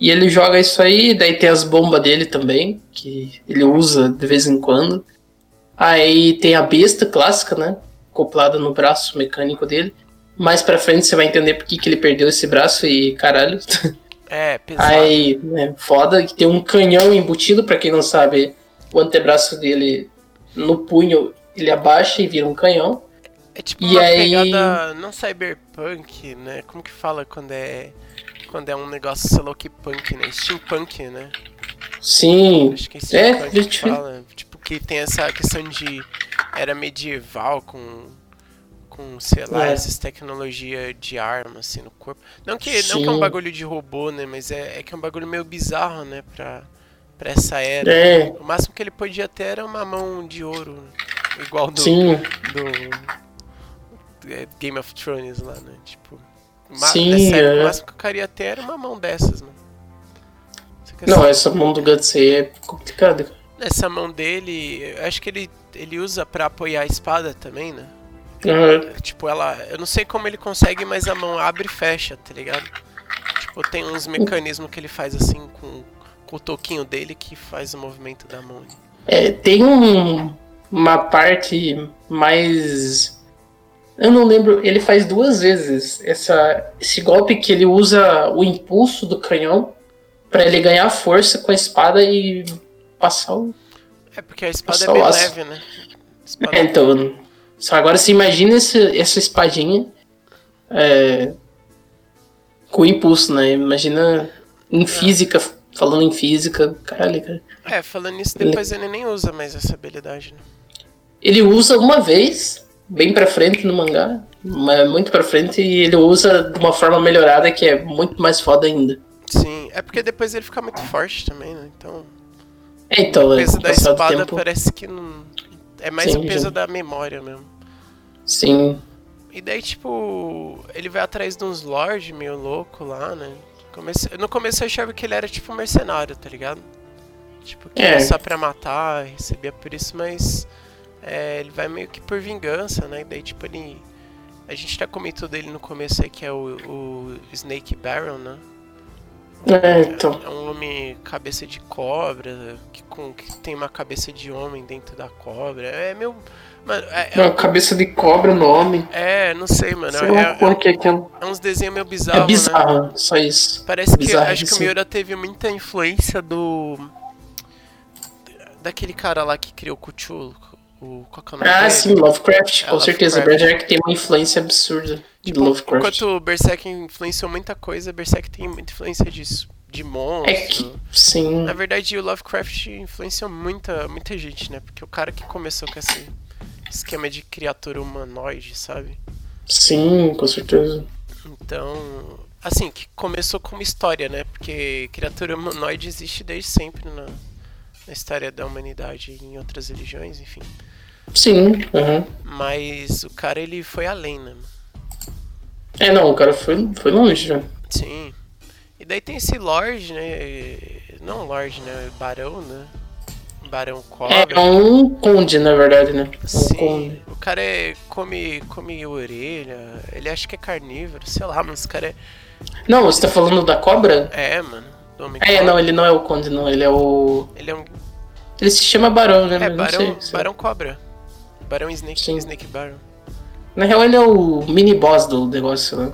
e ele joga isso aí, daí tem as bombas dele também, que ele usa de vez em quando. Aí tem a besta clássica, né? Acoplada no braço mecânico dele. Mais pra frente você vai entender por que, que ele perdeu esse braço e caralho. <laughs> É, pesado. Aí, né, foda que tem um canhão embutido, pra quem não sabe, o antebraço dele no punho, ele abaixa e vira um canhão. É tipo E uma aí- pegada não cyberpunk, né? Como que fala quando é quando é um negócio sei lá o que punk, né? Steampunk, né? Sim, Acho que é É, steampunk que gente. fala, tipo que tem essa questão de era medieval com com, sei lá, É. essas tecnologias de arma assim no corpo. Não que não que é um Sim. bagulho de robô, né, mas é, é que é um bagulho meio bizarro, né, pra para essa era. é, O máximo que ele podia ter era uma mão de ouro, né? igual do sim, do é, Game of Thrones lá, né? Tipo, Sim, é sério, é. o máximo que eu queria ter era uma mão dessas, mano. Só que não, é- essa, essa mão do Guts aí é complicada. essa mão dele, eu acho que ele, ele usa pra apoiar a espada também, né? Aham, Tipo, ela. Eu não sei como ele consegue, mas a mão abre e fecha, tá ligado? Tipo, tem uns mecanismos que ele faz assim com, com o toquinho dele que faz o movimento da mão. É, tem um- uma parte mais. Eu não lembro, ele faz duas vezes essa, esse golpe que ele usa o impulso do canhão pra ele ganhar força com a espada e passar o É porque a espada Só é bem laço. leve, né? Espada É, então, só agora você imagina esse- essa espadinha é, com impulso, né? Imagina em física, falando em física, caralho, cara. É, falando nisso, depois ele nem usa mais essa habilidade, né? Ele usa uma vez, bem pra frente no mangá, mas muito pra frente, e ele usa de uma forma melhorada que é muito mais foda ainda. Sim, é porque depois ele fica muito forte também, né? Então, É, então, o é, peso da passado o espada tempo, parece que não. É mais Sim, o peso sim. da memória mesmo. sim, E daí, tipo, ele vai atrás de uns lords meio louco lá, né? Comece- No começo eu achava que ele era tipo um mercenário, tá ligado? Tipo, que É. era só pra matar, e recebia por isso, mas é, ele vai meio que por vingança, né? E daí, tipo, ele. A gente tá comentando dele no começo aí, que é o, o Snake Baron, né? é, então, É um homem cabeça de cobra, que, com, que tem uma cabeça de homem dentro da cobra. É meu. Mano, é, Não, cabeça de cobra no homem, é, não sei, mano. sei É, lá é, como que é aquilo. é uns desenhos meio bizarros. É né? bizarro, só isso. Parece que bizarro, acho que o sim. Miura teve muita influência do. Daquele cara lá que criou o Cthulhu. O, qual que é o nome Ah, dele? sim, Lovecraft, É, com certeza. Lovecraft. Berserk tem uma influência absurda de Tipo, Lovecraft. Enquanto o Berserk influenciou muita coisa, Berserk tem muita influência disso. De monstro. É que, sim, Na verdade, o Lovecraft influenciou muita, muita gente, né? Porque o cara que começou com esse esquema de criatura humanoide, sabe? sim, com certeza. Então, assim, que começou como história, né? Porque criatura humanoide existe desde sempre na, na história da humanidade e em outras religiões, enfim. Sim, aham. Mas o cara, ele foi além, né? mano? É, não, o cara foi, foi longe já. Sim. E daí tem esse Lorde, né? Não Lorde, né? Barão, né? Barão Cobra. É um conde, na verdade, né? Um Sim, conde. o cara é, come, come orelha, ele acha que é carnívoro, sei lá, mas o cara Não, você tá falando da cobra? é. É, mano. do homem É, cobra. não, ele não é o conde, não. Ele é o. Ele é um. Ele se chama barão, né? É, Mas barão, não sei, barão cobra. Barão Snake, Sim. Snake Barão. Na real, ele é o mini boss do negócio, né?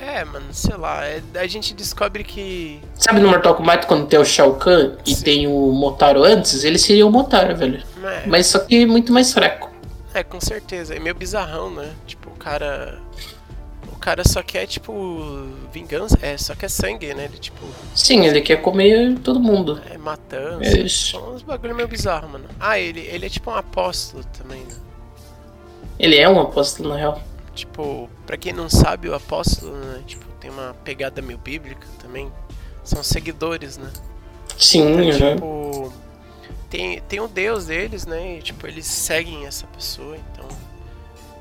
É, mano, sei lá. é- a gente descobre que. Sabe no Mortal Kombat quando tem o Shao Kahn e Sim. tem o Motaro antes? Ele seria o Motaro, velho. É, Mas só que muito mais fraco. é, com certeza. É meio bizarrão, né? Tipo, o cara. O cara só quer, tipo. Vingança. É, só quer sangue, né? Ele, tipo, Sim, ele quer comer todo mundo. é matança. É isso. São uns bagulho meio bizarro, mano. Ah, ele, ele é tipo um apóstolo também, né? Ele é um apóstolo, na real. Tipo, pra quem não sabe, o apóstolo, né? Tipo, tem uma pegada meio bíblica também. São seguidores, né? Sim, Então, aham. tipo, um né, tem, tem o Deus deles, né? E, tipo, eles seguem essa pessoa, então.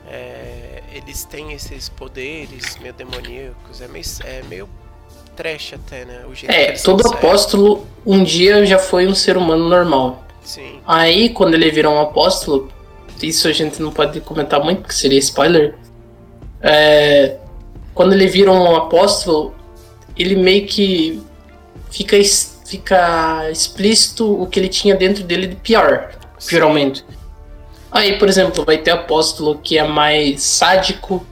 é, eles têm esses poderes meio demoníacos, é meio, é meio trash até, né? O jeito que É, eles todo conseguem. apóstolo um dia já foi um ser humano normal. é Sim, Aí, quando ele virar um apóstolo, isso a gente não pode comentar muito, porque seria spoiler. É, quando ele vira um apóstolo, ele meio que fica, es- fica explícito o que ele tinha dentro dele de pior, Sim. geralmente. Aí, por exemplo, vai ter apóstolo que é mais sádico,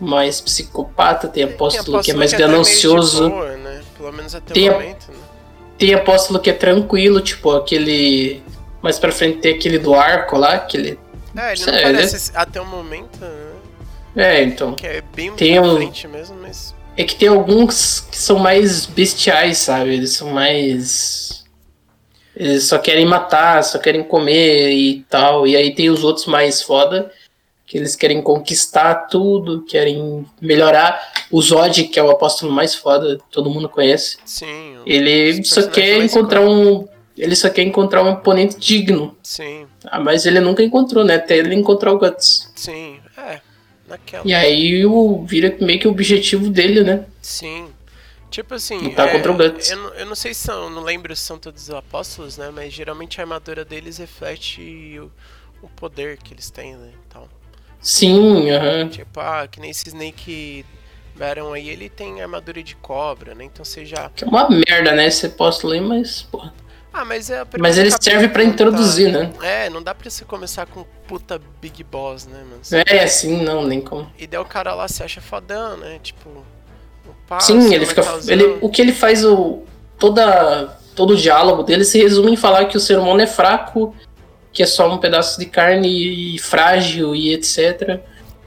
mais psicopata, tem apóstolo, que é tipo mais até meio de ganancioso. boa, né? Pelo menos até Tem o a- momento, né? Tem apóstolo que é tranquilo, tipo aquele. Mais pra frente tem aquele do arco lá, que ele. É, ele não Sério? parece até o momento, né? É, então. Que é bem Tem pra um- frente mesmo, mas. É que tem alguns que são mais bestiais, sabe? Eles são mais. Eles só querem matar, só querem comer e tal. E aí tem os outros mais foda, que eles querem conquistar tudo, querem melhorar. O Zod, que é o apóstolo mais foda, todo mundo conhece. Sim, o- Ele Esse só personagem quer mais encontrar um. Ele só quer encontrar um oponente digno. sim, Ah, mas ele nunca encontrou, né? Até ele encontrar o Guts. sim. É, naquela. E aí o, vira meio que o objetivo dele, né? Sim. Tipo assim. Lutar é, tá contra o Guts. Eu, não- eu não sei se são. Não lembro se são todos os apóstolos, né? Mas geralmente a armadura deles reflete o, o poder que eles têm, né? e tal. Sim, aham. Tipo, ah, que nem esse Snake Baron aí, ele tem armadura de cobra, né? Então você já. Que é uma merda, né? Esse apóstolo aí, mas, porra. Ah, mas é a Mas primeira ele capítulo, serve pra tá? introduzir, né? É, não dá pra você começar com puta Big Boss, né, mano? É, assim, não, nem como. E daí o cara lá se acha fodão, né? Tipo, o né, tá pau, Sim, seu ele fica. metalzão. Ele, o que ele faz, o, toda, todo o diálogo dele se resume em falar que o ser humano é fraco, que é só um pedaço de carne e frágil e etc.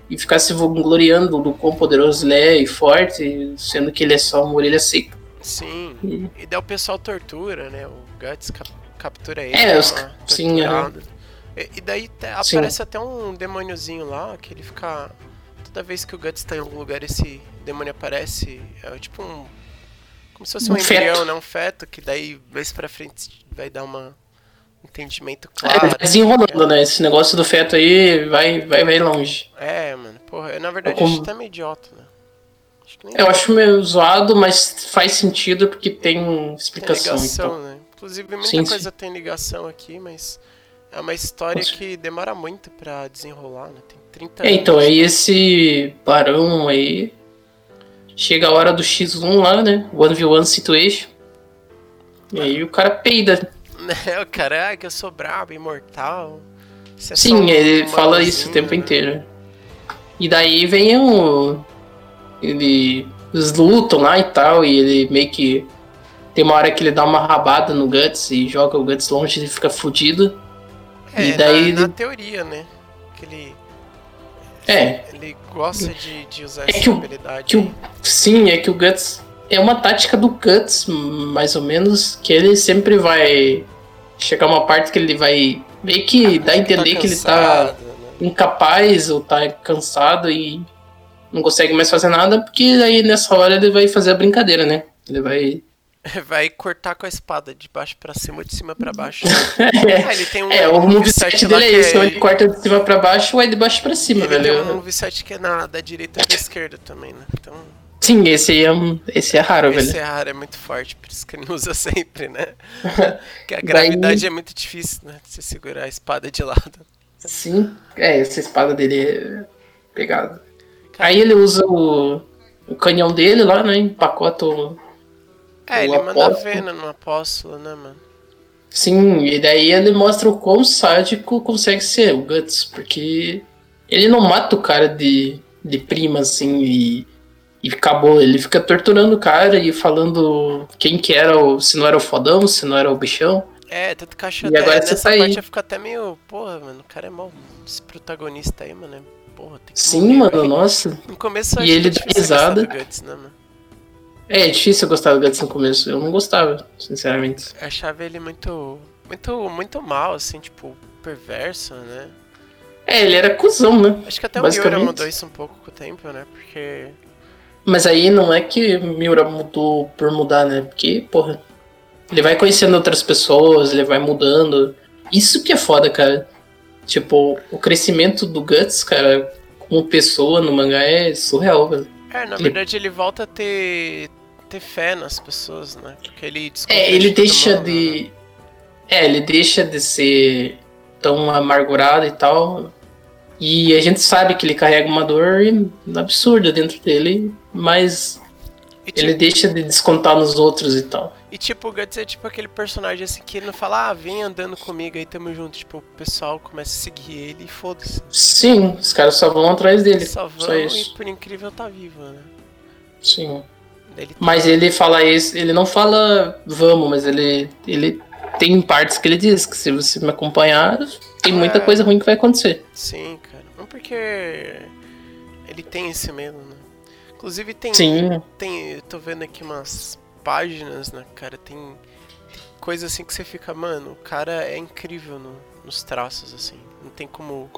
E ficar se vangloriando do quão poderoso ele é e forte, sendo que ele é só uma orelha seca. Sim. Hum. E daí o pessoal tortura, né? O Guts cap- captura ele. É, tá os- lá, sim, aham. torturado. E, e daí te- Sim. aparece até um demôniozinho lá, que ele fica. Toda vez que o Guts tá em algum lugar, esse demônio aparece. É tipo um. Como se fosse um, Um feto. embrião, né? Um feto, que daí mais pra frente vai dar uma. um Entendimento É, claro. vai desenrolando, né? Esse negócio do feto aí vai, vai, vai longe. É, mano. Porra, eu na verdade Como- acho até meio idiota, né? Acho que nem Eu acho meio zoado, mas faz sentido porque tem tem explicação. ligação, então. né? Inclusive, muita Sim, sim. coisa tem ligação aqui, mas é uma história Com cer- que demora muito pra desenrolar, né? Tem 30 É, anos. então, aí esse barão aí. Chega a hora do X1 lá, né? One v one situation. E aí o cara peida. é Né? <laughs> O cara, ah, que eu sou brabo, imortal. Você é só um Sim, ele fala humanozinho, isso o tempo né? inteiro. E daí vem o. Ele. Eles lutam lá e tal, e ele meio que. Tem uma hora que ele dá uma rabada no Guts e joga o Guts longe e fica fudido. É, E daí na, na ele- teoria, né? Que ele, É, ele gosta de, de usar É essa que o- habilidade. que o, sim, é que o Guts. É uma tática do Guts, mais ou menos, que ele sempre vai. Chegar uma parte que ele vai. Meio que dá a entender que ele tá. Ah, cansado, né? <laughs> incapaz ou tá cansado e não consegue mais fazer nada, porque aí nessa hora ele vai fazer a brincadeira, né? Ele vai. Vai cortar com a espada de baixo pra cima ou de cima <laughs> pra baixo. é, Ah, ele tem um. o um moveset lá dele é que esse, então ele corta de cima pra baixo ou é de baixo pra cima, Ele tem velho. um moveset que é na, da direita pra esquerda também, né? Então, Sim, esse aí é, um- esse é raro, esse velho. é raro, é muito forte, por isso que ele usa sempre, né? Porque a Daí- gravidade é muito difícil, né? Você segurar a espada de lado. Sim, é, essa espada dele é pegada. Aí ele usa o, o canhão dele lá, né? Empacota o. É, O ele manda apóstolo. vena no apóstolo, né, mano? Sim, e daí ele mostra o quão sádico consegue ser o Guts, porque ele não mata o cara de, de prima, assim, e, e acabou. Ele fica torturando o cara e falando quem que era, o, se não era o fodão, se não era o bichão. É, tanto que acho E até- agora você nessa tá aí. parte eu fico até meio. Porra, mano, o cara é mal. Esse protagonista aí, mano. É... Porra, tem que Sim, morrer, mano, velho. nossa. No começo eu E achei ele dá difícil gostar do risada. Guts, né, mano? É, é difícil eu gostar do Guts no começo. Eu não gostava, sinceramente. Eu achava ele muito. Muito, muito mal, assim, tipo, perverso, né? É, ele era cuzão, né? Acho que até o Miura Basicamente. mudou isso um pouco com o tempo, né? Porque. Mas aí não é que Miura mudou por mudar, né? Porque, porra, ele vai conhecendo outras pessoas, ele vai mudando. Isso que é foda, cara. Tipo, o crescimento do Guts, cara, como pessoa no mangá é surreal, velho. É, na verdade ele volta a ter, ter fé nas pessoas, né? Porque ele descobre É, ele que todo deixa mundo, né? de. É, ele deixa de ser tão amargurado e tal. E a gente sabe que ele carrega uma dor absurda dentro dele, mas E, tipo, ele deixa de descontar nos outros e tal. e tipo, o Guts é tipo aquele personagem assim que ele não fala, ah, vem andando comigo aí, tamo junto. Tipo, o pessoal começa a seguir ele e foda-se. Sim, os caras só vão atrás dele. Só vão É, Só e isso. por incrível tá vivo, né? Sim. Daí Ele tá- Mas ele fala isso, ele não fala vamos, mas ele, ele tem partes que ele diz que se você me acompanhar, tem muita É. coisa ruim que vai acontecer. Sim, cara. Não porque ele tem esse medo, né? Inclusive tem. Sim, tem eu tô vendo aqui umas páginas, né, cara? Tem, tem coisa assim que você fica, mano, o cara é incrível no- nos traços, assim. Não tem como.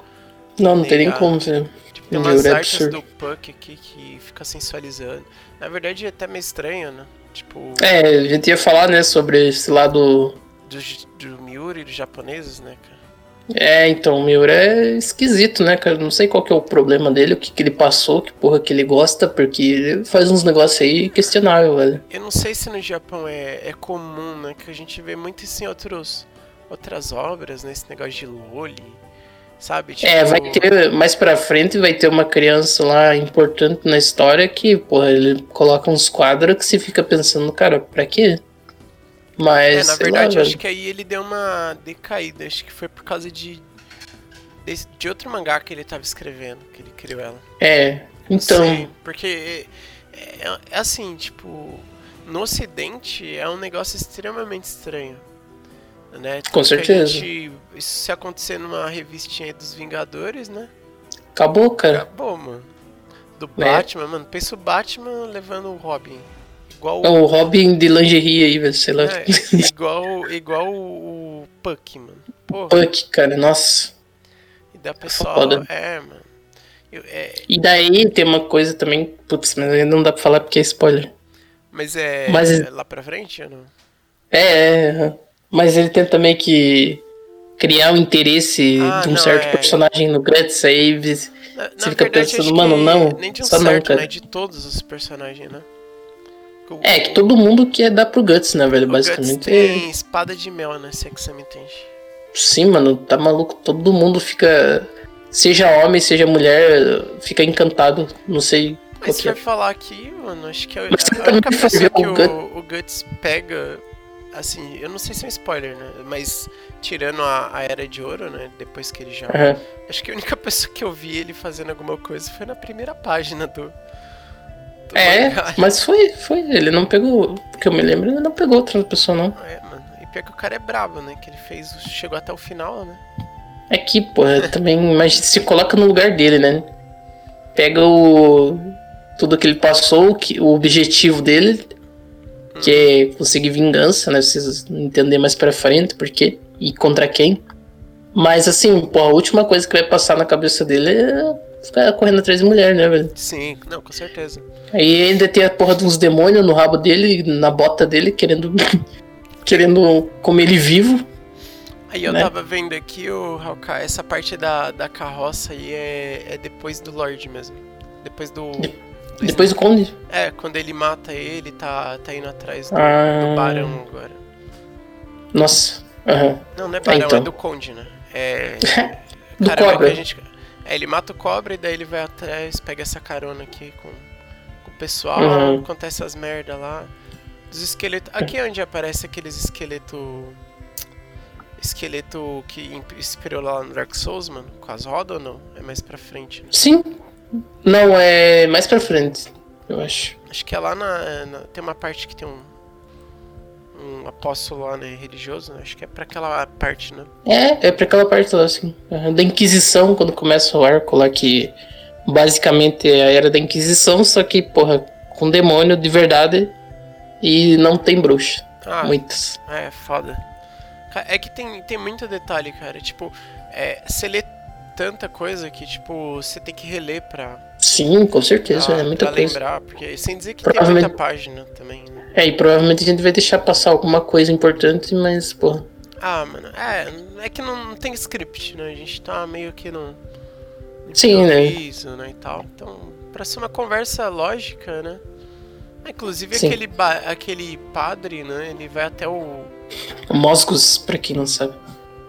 não, não tem nem Legal. como. Você... Tipo, tem Meu, umas é artes absurdo. do Puck aqui que fica sensualizando. Na verdade é até meio estranho, né? Tipo, É, a gente ia falar, né, sobre esse lado. do, j- do Miura e dos japoneses, né, cara? É, então, o Miura é esquisito, né, cara? Não sei qual que é o problema dele, o que, que ele passou, que porra que ele gosta, porque ele faz uns negócios aí questionável, velho. Eu não sei se no Japão é, é comum, né? Que a gente vê muito isso em outros, outras obras, né? Esse negócio de loli, sabe? É, vai Tipo, ter, mais pra frente vai ter uma criança lá importante na história que, porra, ele coloca uns quadros que você fica pensando, cara, pra quê? Mas, É, na sei verdade, lá, acho velho. que aí ele deu uma decaída. Acho que foi por causa de. desse- de outro mangá que ele tava escrevendo, que ele criou ela. É, então, Sim, porque. É, é- é assim, tipo. No ocidente é um negócio extremamente estranho. Né? Tanto que a certeza. gente- isso se acontecer numa revistinha aí dos Vingadores, né? acabou, cara. Acabou, mano. Do Né? Batman, mano. Pensa o Batman levando o Robin. Igual É o Robin de lingerie aí, velho, sei lá. <laughs> É, igual, igual o, o Puck, mano. Porra. Punk, cara, nossa. E da pessoa. Foda. É, mano. Eu- é, E daí tem uma coisa também, putz, mas aí não dá pra falar porque é spoiler. mas é, Mas- é lá pra frente ou não? É, é, é. mas ele tenta meio que criar o interesse Ah, de um não, certo é. personagem no Guts aí. vis- Na, Você fica pensando, acho mano, que não, Nem de um só não, certo, cara. né? De todos os personagens, né? O- É, que todo mundo quer dar pro Guts, né, velho? o Guts Basicamente. é- tem espada de mel, né? Se é que você me entende. Sim, mano, tá maluco. Todo mundo fica. Seja homem, seja mulher, fica encantado. Não sei qual Mas que você é. vai falar aqui, mano, acho que é a Mas você a única também pessoa vai ver que o o, o Guts pega, assim, eu não sei se é um spoiler, né? Mas tirando a, a Era de Ouro, né? Depois que ele já. Aham. Acho que a única pessoa que eu vi ele fazendo alguma coisa foi na primeira página do. do É, mangá. mas foi, foi. Ele não pegou. Porque eu me lembro, ele não pegou outra pessoa, não. É, mano. E pior que o cara é brabo, né? Que ele fez. o- Chegou até o final, né? É que, porra, também imagina, se coloca no lugar dele, né? Pega o. Tudo que ele passou, o que, o objetivo dele, que é conseguir vingança, né? Vocês entender mais pra frente por quê e contra quem. Mas assim, pô, a última coisa que vai passar na cabeça dele é ficar correndo atrás de mulher, né, velho? Sim, não, com certeza. Aí ainda tem a porra de uns demônios no rabo dele, na bota dele, querendo. <laughs> querendo comer ele vivo. Aí eu Né? tava vendo aqui o Hawkeye, essa parte da, da carroça aí é, é depois do Lorde mesmo. Depois do. Depois o Conde. É, quando ele mata ele, tá, tá indo atrás do, Ah. do barão agora. Nossa. Aham. Não, não é barão, então. é do conde, né? <laughs> É. Do Caramba, cobra. que a gente- É, ele mata o cobra e daí ele vai atrás, pega essa carona aqui com, com o pessoal, Uhum. acontece as merda lá. Dos esqueletos. Aqui é onde aparece aqueles esqueleto. Esqueleto que imp- inspirou lá no Dark Souls, mano. Com as rodas ou não? É mais pra frente, né? Sim. Não, é mais pra frente, eu acho. Acho que é lá na, na- Tem uma parte que tem um. Um apóstolo lá, né? Religioso, né? Acho que é pra aquela parte, né? É, é pra aquela parte lá, assim. aham, Da Inquisição, quando começa o arco lá, que basicamente é a era da Inquisição, só que, porra, com demônio de verdade e não tem bruxa. Ah, Muitas. É, foda. Ca- É que tem, tem muito detalhe, cara. Tipo, é, você lê tanta coisa que, tipo, você tem que reler pra, Sim, com certeza, pra- é muita pra coisa. lembrar. Porque, sem dizer que tem Provavelmente- muita página também, né? É, e provavelmente a gente vai deixar passar alguma coisa importante, mas, porra. Ah, mano, é, é que não, não tem script, né? A gente tá meio que no, Sim, né? improviso, né? e tal. Então, pra ser uma conversa lógica, né? Ah, Inclusive Sim. aquele, ba- aquele padre, né? Ele vai até o. O Mosgos, pra quem não sabe.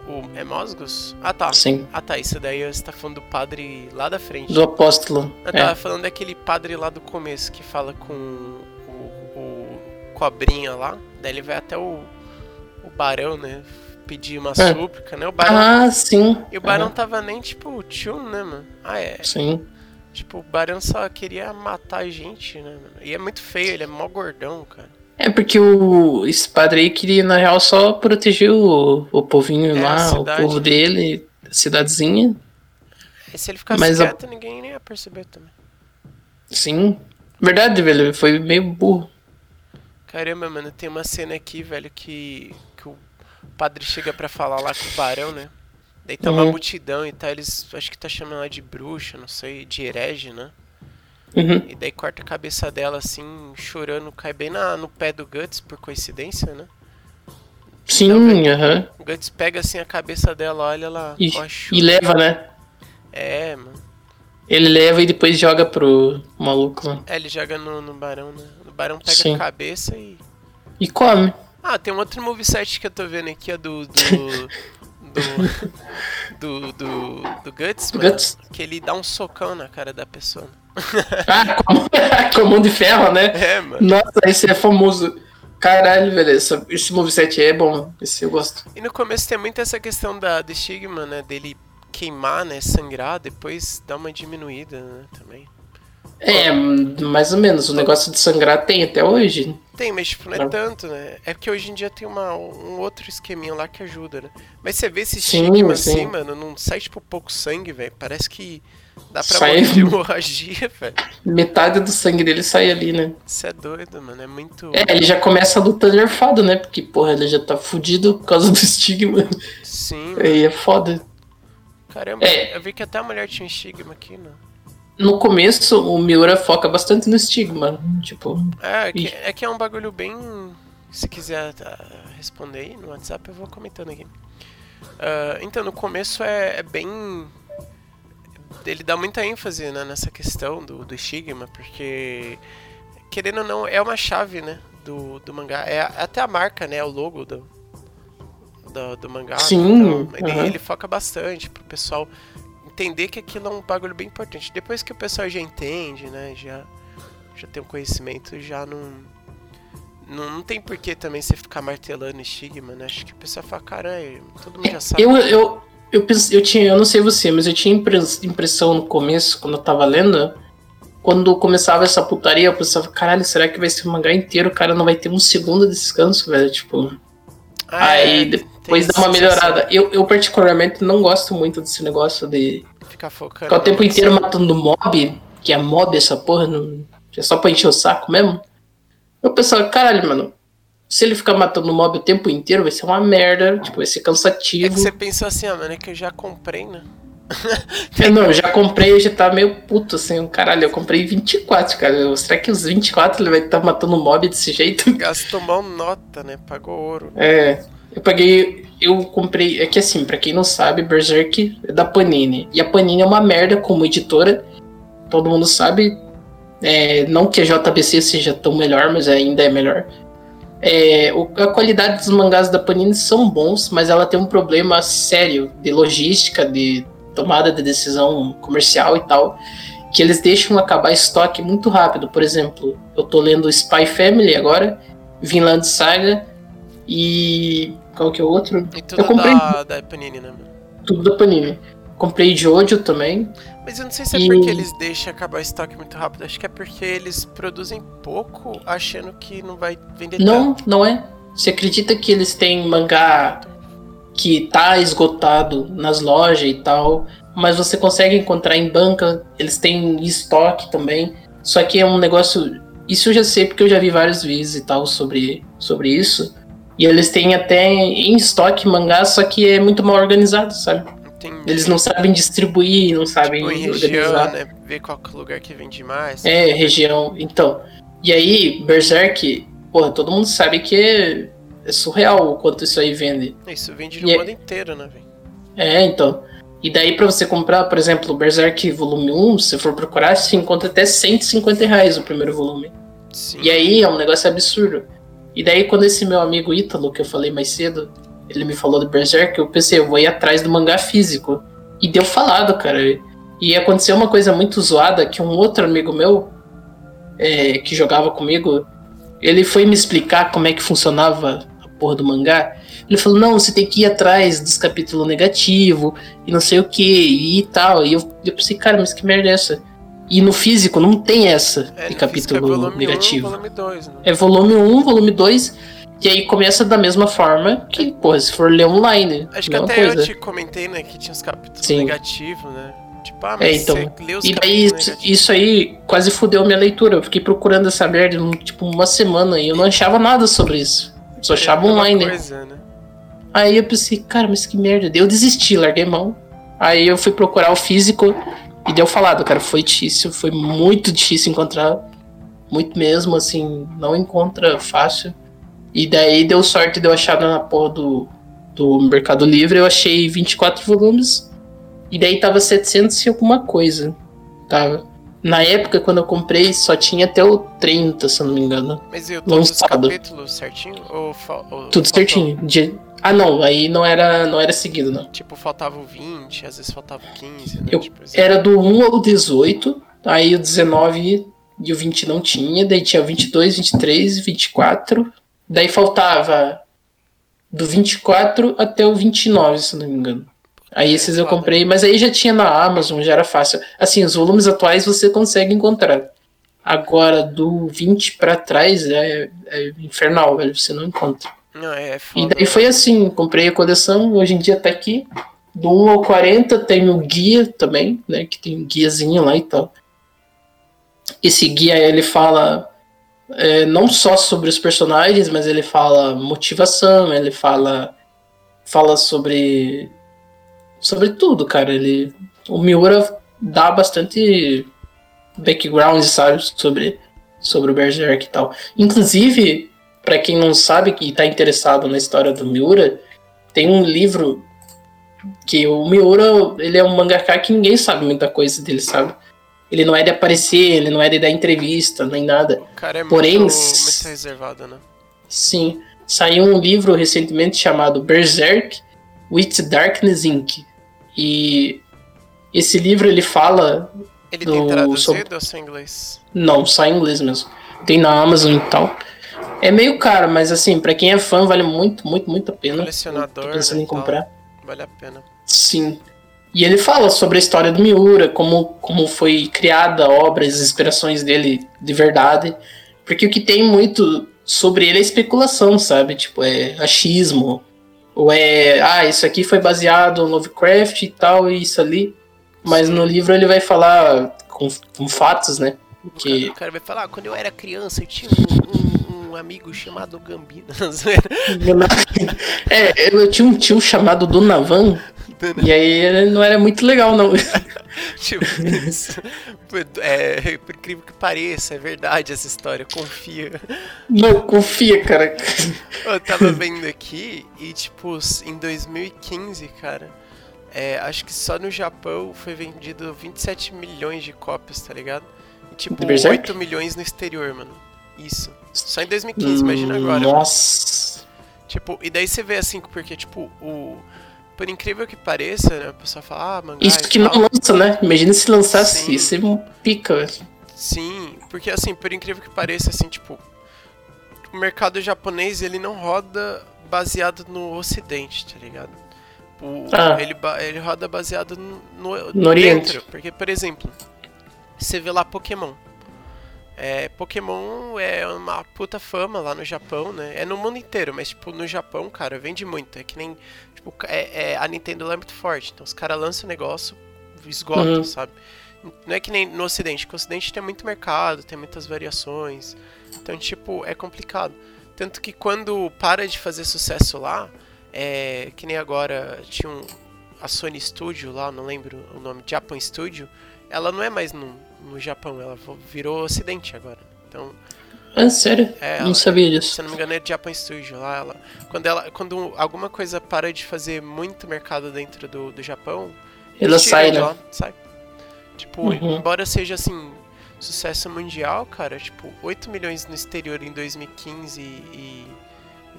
o é Mosgos? Ah tá. Sim. Ah tá, isso daí você tá falando do padre lá da frente. Do apóstolo. Eu É. tava falando daquele padre lá do começo que fala com o, o cobrinha lá. Daí ele vai até o, o barão, né? Pedir uma É. súplica, né? O barão, Ah, sim. e o barão tava nem tipo tio, né, mano? Ah, é. Aham, Sim. Tipo, o barão só queria matar a gente, né, mano? E é muito feio, ele é mó gordão, cara. É porque o, esse padre aí queria, na real, só proteger o, o povinho É, a lá, o cidade. povo dele, a cidadezinha. E se ele ficasse Mas a- quieto, ninguém nem ia perceber também. Sim. Verdade, velho, ele foi meio burro. Caramba, mano, tem uma cena aqui, velho, que, que o padre chega pra falar lá com o barão, né? Daí tá uma Uhum. multidão e tá, eles. Acho que tá chamando ela de bruxa, não sei, de herege, né? Uhum. E daí corta a cabeça dela assim, chorando, cai bem na, no pé do Guts, por coincidência, né? Sim, aham. O Guts pega assim a cabeça dela, olha ela. E, ó, e chuta. leva, né? É, mano. Ele leva e depois joga pro maluco lá. É, ele joga no, no barão, né? O barão pega Sim. a cabeça e. E <laughs> come. Ah, tem um outro moveset que eu tô vendo aqui, é do. Do. do, do, do, do Guts, Do mano. Guts. Que ele dá um socão na cara da pessoa. <laughs> né? Ah, com- <laughs> com a mão de ferro, né? É, mano. Nossa, esse é famoso. Caralho, velho, essa- esse moveset é bom. Esse eu gosto. E no começo tem muito essa questão da, do estigma, né? Dele queimar, né? Sangrar, depois dá uma diminuída, né? Também. É, mais ou menos. O negócio de sangrar tem até hoje. Tem, mas tipo, não é Não. tanto, né? É porque hoje em dia tem uma, um outro esqueminha lá que ajuda, né? Mas você vê esse Sim, estigma assim, sim. mano, não sai tipo pouco sangue, velho. Parece que dá pra Sai. <laughs> morrer de hemorragia, velho. Metade do sangue dele sai ali, né? Isso é doido, mano. É muito. É, ele já começa a luta nerfado, né? Porque, porra, ele já tá fudido por causa do <laughs> estigma. Sim, mano. Aí é foda. Caramba, É. eu vi que até a mulher tinha estigma aqui, né? No começo, o Miura foca bastante no estigma. Tipo, É, é que Ih. é, que é um bagulho bem. Se quiser tá, responder aí no WhatsApp, eu vou comentando aqui. Ah, então, no começo é, é bem. Ele dá muita ênfase né, nessa questão do, do estigma, porque. Querendo ou não, é uma chave, né? Do, do mangá. É a- até a marca, né? O logo do, do, do mangá. né, Sim, então, ele, aham. ele foca bastante pro pessoal entender que aquilo é um bagulho bem importante. Depois que o pessoal já entende, né? Já, já tem um conhecimento, já não. Não, não tem porquê também você ficar martelando estigma, né? Acho que o pessoal fala, caralho, todo mundo já sabe. É, eu, eu, eu, pense- eu tinha, eu não sei você, mas eu tinha impres- impressão no começo, quando eu tava lendo, quando começava essa putaria, eu pensava, caralho, será que vai ser o mangá inteiro? O cara não vai ter um segundo de descanso, velho. Tipo, Ah, é, aí tem depois dá essa uma sensação melhorada. Eu, eu, particularmente, não gosto muito desse negócio de de Ficar focando. ficar o tempo na inteiro ação. matando mob, que é mob essa porra, não, é só pra encher o saco mesmo. Eu pensava, caralho, mano. Se ele ficar matando mob o tempo inteiro, vai ser uma merda, tipo, vai ser cansativo. É que você pensou assim, ah, mano, é que eu já comprei, né? É, não, eu já comprei, eu já tá meio puto assim, caralho, eu comprei 24, cara. Será que os 24 ele vai estar matando mob desse jeito? Gastou mal nota, né? Pagou ouro. É, eu paguei, eu comprei, é que assim, pra quem não sabe, Berserk é da Panini. E a Panini é uma merda como editora, todo mundo sabe. É, não que a JBC seja tão melhor, mas ainda é melhor. É, o- a qualidade dos mangás da Panini são bons, mas ela tem um problema sério de logística, de tomada de decisão comercial e tal, que eles deixam acabar estoque muito rápido. Por exemplo, eu tô lendo Spy Family agora, Vinland Saga e qual que é o outro? E tudo Eu comprei. da, da Panini, né, mano? Tudo da Panini. Comprei Jojo também. Mas eu não sei se é E- porque eles deixam acabar o estoque muito rápido. Acho que é porque eles produzem pouco, achando que não vai vender tanto. Não, não é. Você acredita que eles têm mangá que tá esgotado nas lojas e tal, mas você consegue encontrar em banca, eles têm em estoque também. Só que é um negócio. Isso eu já sei porque eu já vi várias vezes e tal sobre, sobre isso. E eles têm até em estoque mangá, só que é muito mal organizado, sabe? Entendi. Eles não sabem distribuir, não sabem Ou em organizar. região, né? Ver qual que é o lugar que vende mais. É, região. Então. E aí, Berserk, porra, todo mundo sabe que é, é surreal o quanto isso aí vende. Isso vende no E é- mundo inteiro, né, velho? É, então. E daí pra você comprar, por exemplo, o Berserk volume 1, se você for procurar, você encontra até 150 reais o primeiro volume. Sim. E aí é um negócio absurdo. E daí quando esse meu amigo Ítalo, que eu falei mais cedo, ele me falou do Berserk, eu pensei, eu vou ir atrás do mangá físico. E deu falado, cara. E aconteceu uma coisa muito zoada, que um outro amigo meu, é, que jogava comigo, ele foi me explicar como é que funcionava a porra do mangá. Ele falou, não, você tem que ir atrás dos capítulos negativos, e não sei o que, e tal. E eu, eu pensei, cara, mas que merda é essa? E no físico não tem essa É, de no físico é capítulo volume um, negativo. volume dois, né? É volume 1, volume 2, e aí começa da mesma forma que, porra, se for ler online, Acho que mesma até eu É, coisa. te comentei, né, que tinha os capítulos Sim. negativos, né? Tipo, ah, mas É, então. você leu os né, E daí capítulos isso, negativos. isso aí quase fudeu minha leitura. Eu fiquei procurando essa merda um- tipo uma semana e eu não achava nada sobre isso. Só achava É uma online. coisa, né? Aí eu pensei, cara, mas que merda. Daí Eu desisti, larguei mão. Aí eu fui procurar o físico e deu falado, cara, foi difícil, foi muito difícil encontrar. Muito mesmo, assim, não encontra fácil. E daí deu sorte de eu achar na porra do, do Mercado Livre, eu achei 24 volumes. E daí tava 700 e alguma coisa. Tava. Na época, quando eu comprei, só tinha até o 30, se eu não me engano. Mas eu todos os Lançado. capítulos certinho? Ou, fa- ou Tudo faltou? certinho. De- Ah, não, aí não era, não era seguido, não. Tipo, faltava o 20, às vezes faltava o 15, né? Eu- é. Tipo, assim. Era do 1 ao 18, aí o 19 e o 20 não tinha, daí tinha o 22, 23, 24, daí faltava do 24 até o 29, se não me engano. Aí esses eu Foda. comprei, mas aí já tinha na Amazon, já era fácil. Assim, os volumes atuais você consegue encontrar. Agora, do 20 pra trás é, é infernal, velho, você não encontra. Não, é E foda. daí foi assim, comprei a coleção, hoje em dia tá aqui. Do 1 ao 40 tem o guia também, né? Que tem um guiazinho lá e tal. Esse guia ele fala é, não só sobre os personagens, mas ele fala motivação, ele fala. Fala sobre. Sobre tudo, cara. Ele. O Miura dá bastante background, sabe? Sobre, sobre o Berserk e tal. Inclusive, Pra quem não sabe e tá interessado na história do Miura, tem um livro que o Miura, ele é um mangaka que ninguém sabe muita coisa dele, sabe? Ele não é de aparecer, ele não é de dar entrevista, nem nada. O cara é porém, muito, s- muito reservado, né? Sim, saiu um livro recentemente chamado Berserk with Darkness Inc. E esse livro ele fala Ele do- tem traduzido sobre- ou só em inglês? Não, só em inglês mesmo. Tem na Amazon e tal. É meio caro, mas assim, pra quem é fã, vale muito, muito, muito a pena. Colecionador, Eu Tô pensando né, em comprar. Vale a pena. Sim. E ele fala sobre a história do Miura, como, como foi criada a obra, as inspirações dele de verdade. Porque o que tem muito sobre ele é especulação, sabe? Tipo, é achismo. Ou é, ah, isso aqui foi baseado no Lovecraft e tal, e isso ali. Mas no livro ele vai falar com, com fatos, né? O, Que <laughs> cara, o cara vai falar, "Ah, quando eu era criança, eu tinha um, um- um amigo chamado Gambino. <laughs> Zoeira. É, eu tinha um tio chamado Donavan, e aí ele não era muito legal, não. <laughs> tipo, isso. É, <laughs> por incrível que pareça, é verdade essa história, confia. Não, confia, cara. <laughs> Eu tava vendo aqui e, tipo, s- em 2015, cara, é, acho que só no Japão foi vendido 27 milhões de cópias, tá ligado? E, tipo, Do Berserk? 8 milhões no exterior, mano. Isso. Só em 2015, imagina Hum, agora. Nossa. Tipo, e daí você vê assim, porque, tipo, o. Por incrível que pareça, né? O pessoal fala, ah, mangá. Isso e que não tal. lança, né? Imagina se lançasse, Sim. isso é um pica, velho. Sim, porque assim, por incrível que pareça, assim, tipo, o mercado japonês ele não roda baseado no ocidente, tá ligado? O, Ah. ele, ba- ele roda baseado no, no, No Oriente. dentro, porque, por exemplo, você vê lá Pokémon. É, Pokémon é uma puta fama lá no Japão, né? É no mundo inteiro, mas tipo, no Japão, cara, vende muito. É que nem. Tipo, é, é- a Nintendo lá é muito forte. Então os caras lançam o negócio, esgotam, Uhum. sabe? Não é que nem no Ocidente, que o Ocidente tem muito mercado, tem muitas variações. Então, tipo, é complicado. Tanto que quando para de fazer sucesso lá, é, que nem agora tinha um, a Sony Studio lá, não lembro o nome, Japan Studio, ela não é mais no, no Japão, ela vo- virou Ocidente agora. Então, Ah, sério? é, não ela- sabia disso. se eu não me engano, é Japan Studio lá. Ela, quando, ela, quando alguma coisa para de fazer muito mercado dentro do, do Japão, Ela Eles tiram sai, de né? lá, sai. Tipo, Uhum. embora seja assim, sucesso mundial, cara, tipo, 8 milhões no exterior em 2015 e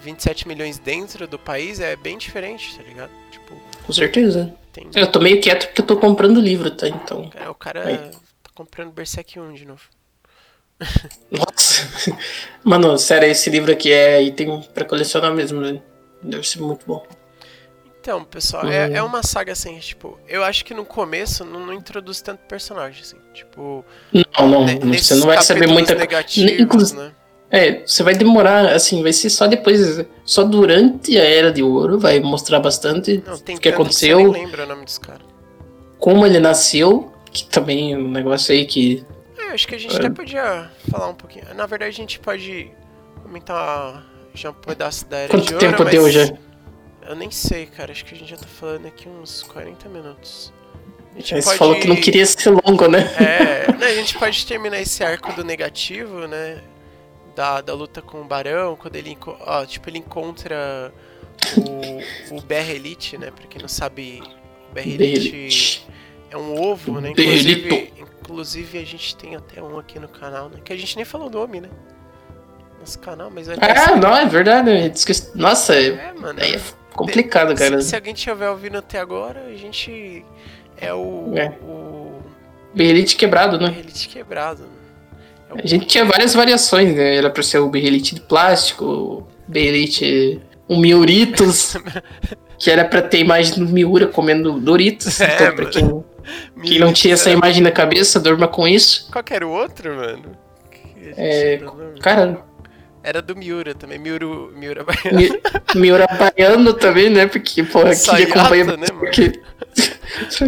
27 milhões dentro do país é bem diferente, tá ligado? Tipo, Com certeza. tem. Eu tô meio quieto porque eu tô comprando livro, tá? Então. Cara, o cara Aí. tá comprando Berserk 1 de novo. Nossa. <laughs> Mano, sério, esse livro aqui é item pra colecionar mesmo, né? Deve ser muito bom. Então, pessoal, é, Uhum. é uma saga assim, tipo, eu acho que no começo não, não introduz tanto personagem, assim. Tipo, Não, não, ne- você nesses não vai saber capítulos muita negativos, Inclusive- né? É, você vai demorar, assim, vai ser só depois, só durante a Era de Ouro, vai mostrar bastante Não, tem né? o que tanto Que você aconteceu, nem lembra o nome dos caras. como ele nasceu, que também é um negócio aí que. É, acho que a gente até podia falar um pouquinho. Na verdade, a gente pode comentar já um pedaço da Era de Quanto Ouro, tempo mas deu já? Eu nem sei, cara. Acho que a gente já tá falando aqui uns 40 minutos. A gente Aí Você falou que não queria ser longo, né? É, né, a gente pode terminar esse arco do negativo, né? Da, da luta com o Barão, quando ele, enco- ó, tipo, ele encontra o, o BR Elite, né? Pra quem não sabe, o BR Elite Dele. é um ovo, né? BR Inclusive, Elite. inclusive a gente tem até um aqui no canal, né? Que a gente nem falou o nome, né? Nosso canal, mas vai Ah, não, é verdade. eu esqueci. Nossa, é É, mano. aí é complicado, cara. se, se alguém tiver ouvindo até agora, a gente é o. É. o Berrelite quebrado, BR né? Elite quebrado, né? É o A gente tinha várias variações, né? Era pra ser o berrelite de plástico, berrelite. Um <laughs> Miuritos, que era pra ter a imagem do Miura comendo Doritos. É, então, pra <laughs> mano. quem, quem não tinha essa imagem na cabeça, durma com isso. Qual que era o outro, mano? Que a gente É, tá falando? Cara, Era do Miura também, Miuru, Miura <laughs> Mi- Miura baiano também, né? Porque, porra, quem Sayata, acompanha. né, mano? porque- <laughs>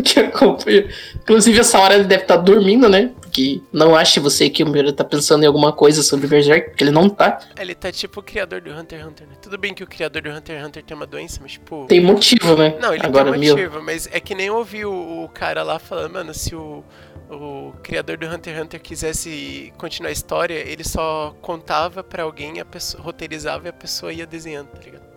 quem acompanha. Inclusive, essa hora ele deve estar dormindo, né? Porque não ache você que o Miura tá pensando em alguma coisa sobre Berserk, porque ele não tá. Ele tá tipo o criador do Hunter x Hunter, né? Tudo bem que o criador do Hunter x Hunter tem uma doença, mas tipo... Tem motivo, né? Não, ele tá Agora, tem Miura. motivo, mas é que nem eu ouvi o, o cara lá falando, mano, se o, o criador do Hunter x Hunter quisesse continuar a história, ele só contava pra alguém, a pessoa, roteirizava e a pessoa ia desenhando, tá ligado?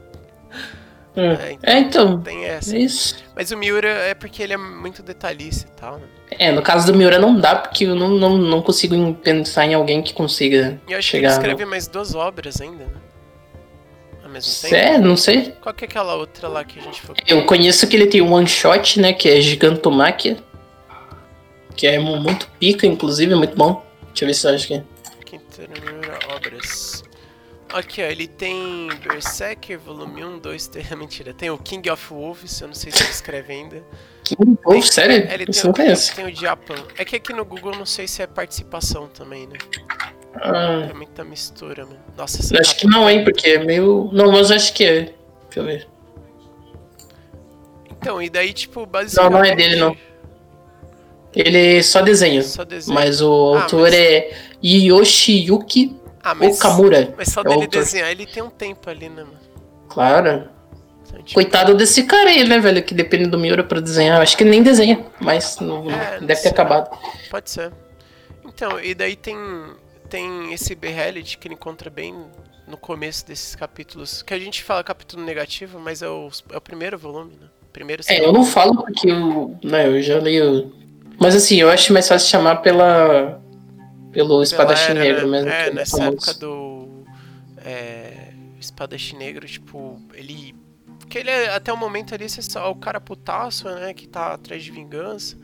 É. É, então. Tem essa. É isso. Mas o Miura é porque ele é muito detalhista e tal, né? É, no caso do Miura não dá, porque eu não, não, não consigo em- pensar em alguém que consiga E eu acho chegar. que ele escreve mais duas obras ainda, né? Ao mesmo tempo. É, não sei. Qual que é aquela outra lá que a gente falou? Eu conheço que ele tem um one shot, né? Que é Gigantomáquia. Que é mu- muito pica, inclusive, é muito bom. Deixa eu ver se eu acho que. é. Quintanamura Obras. Aqui, ó, ele tem Berserker, volume 1, 2, 3. <laughs> Mentira, tem o King of Wolves, eu não sei se ele escreve ainda. Que bom, sério? É, Ele Isso tem, eu o, não conheço. tem o Japan. É que aqui no Google eu não sei se é participação também, né? Ah, É muita mistura, mano. Nossa, essa eu acho capa- que não, hein? Porque é meio. Não, mas eu acho que é. Deixa eu ver. Então, e daí, tipo, basicamente. não é dele, não. Ele é só desenha. Só desenho. Mas o Ah, autor mas- é Yoshiyuki ah, mas, Okamura. mas só é o dele autor. desenhar, ele tem um tempo ali, né, mano? Claro. Então, tipo, Coitado desse cara aí, né, velho? Que depende do Miura pra desenhar. Eu Acho que ele nem desenha, mas não, É, deve sei. ter acabado. Pode ser. Então, e daí tem tem esse Behelit que ele encontra bem no começo desses capítulos, que a gente fala capítulo negativo, mas é o, é o primeiro volume, né? Primeiro É, volume. eu não falo porque eu. Né, eu já leio. Mas assim, eu acho mais fácil chamar pela. Pelo espadachim Pela era, negro né? mesmo. que É, o nessa famoso. época do é, Espadachim Negro, tipo, ele. Porque ele é- até o momento ali você só é o cara putaço, né? Que tá atrás de vingança.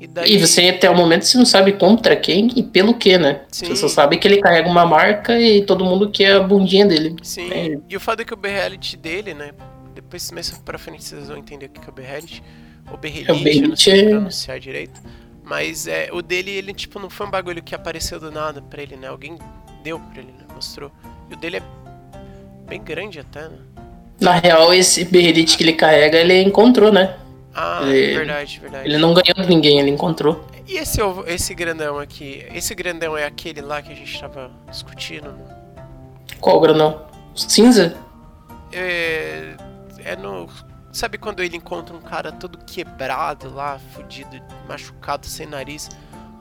E daí. E você até o momento você não sabe contra quem e pelo que, né? Sim. Você só sabe que ele carrega uma marca e todo mundo quer a bundinha dele. Sim, É. e o fato é que o Berrelit dele, né? Depois mais pra frente vocês vão entender o que que é o Berrelit. O É, o Berrelit, eu não Berrelit sei é- pronunciar direito. Mas é, o dele, ele tipo, não foi um bagulho que apareceu do nada pra ele, né? Alguém deu pra ele, né? Mostrou. E o dele é bem grande até, né? Na real, esse berrelite que ele carrega, ele encontrou, né? Ah, Ele- verdade, verdade. Ele não ganhou de ninguém, ele encontrou. E esse, ovo- esse grandão aqui? Esse grandão é aquele lá que a gente tava discutindo? né? Qual o granão? Cinza? É, é no. Sabe quando ele encontra um cara todo quebrado lá, fudido, machucado, sem nariz?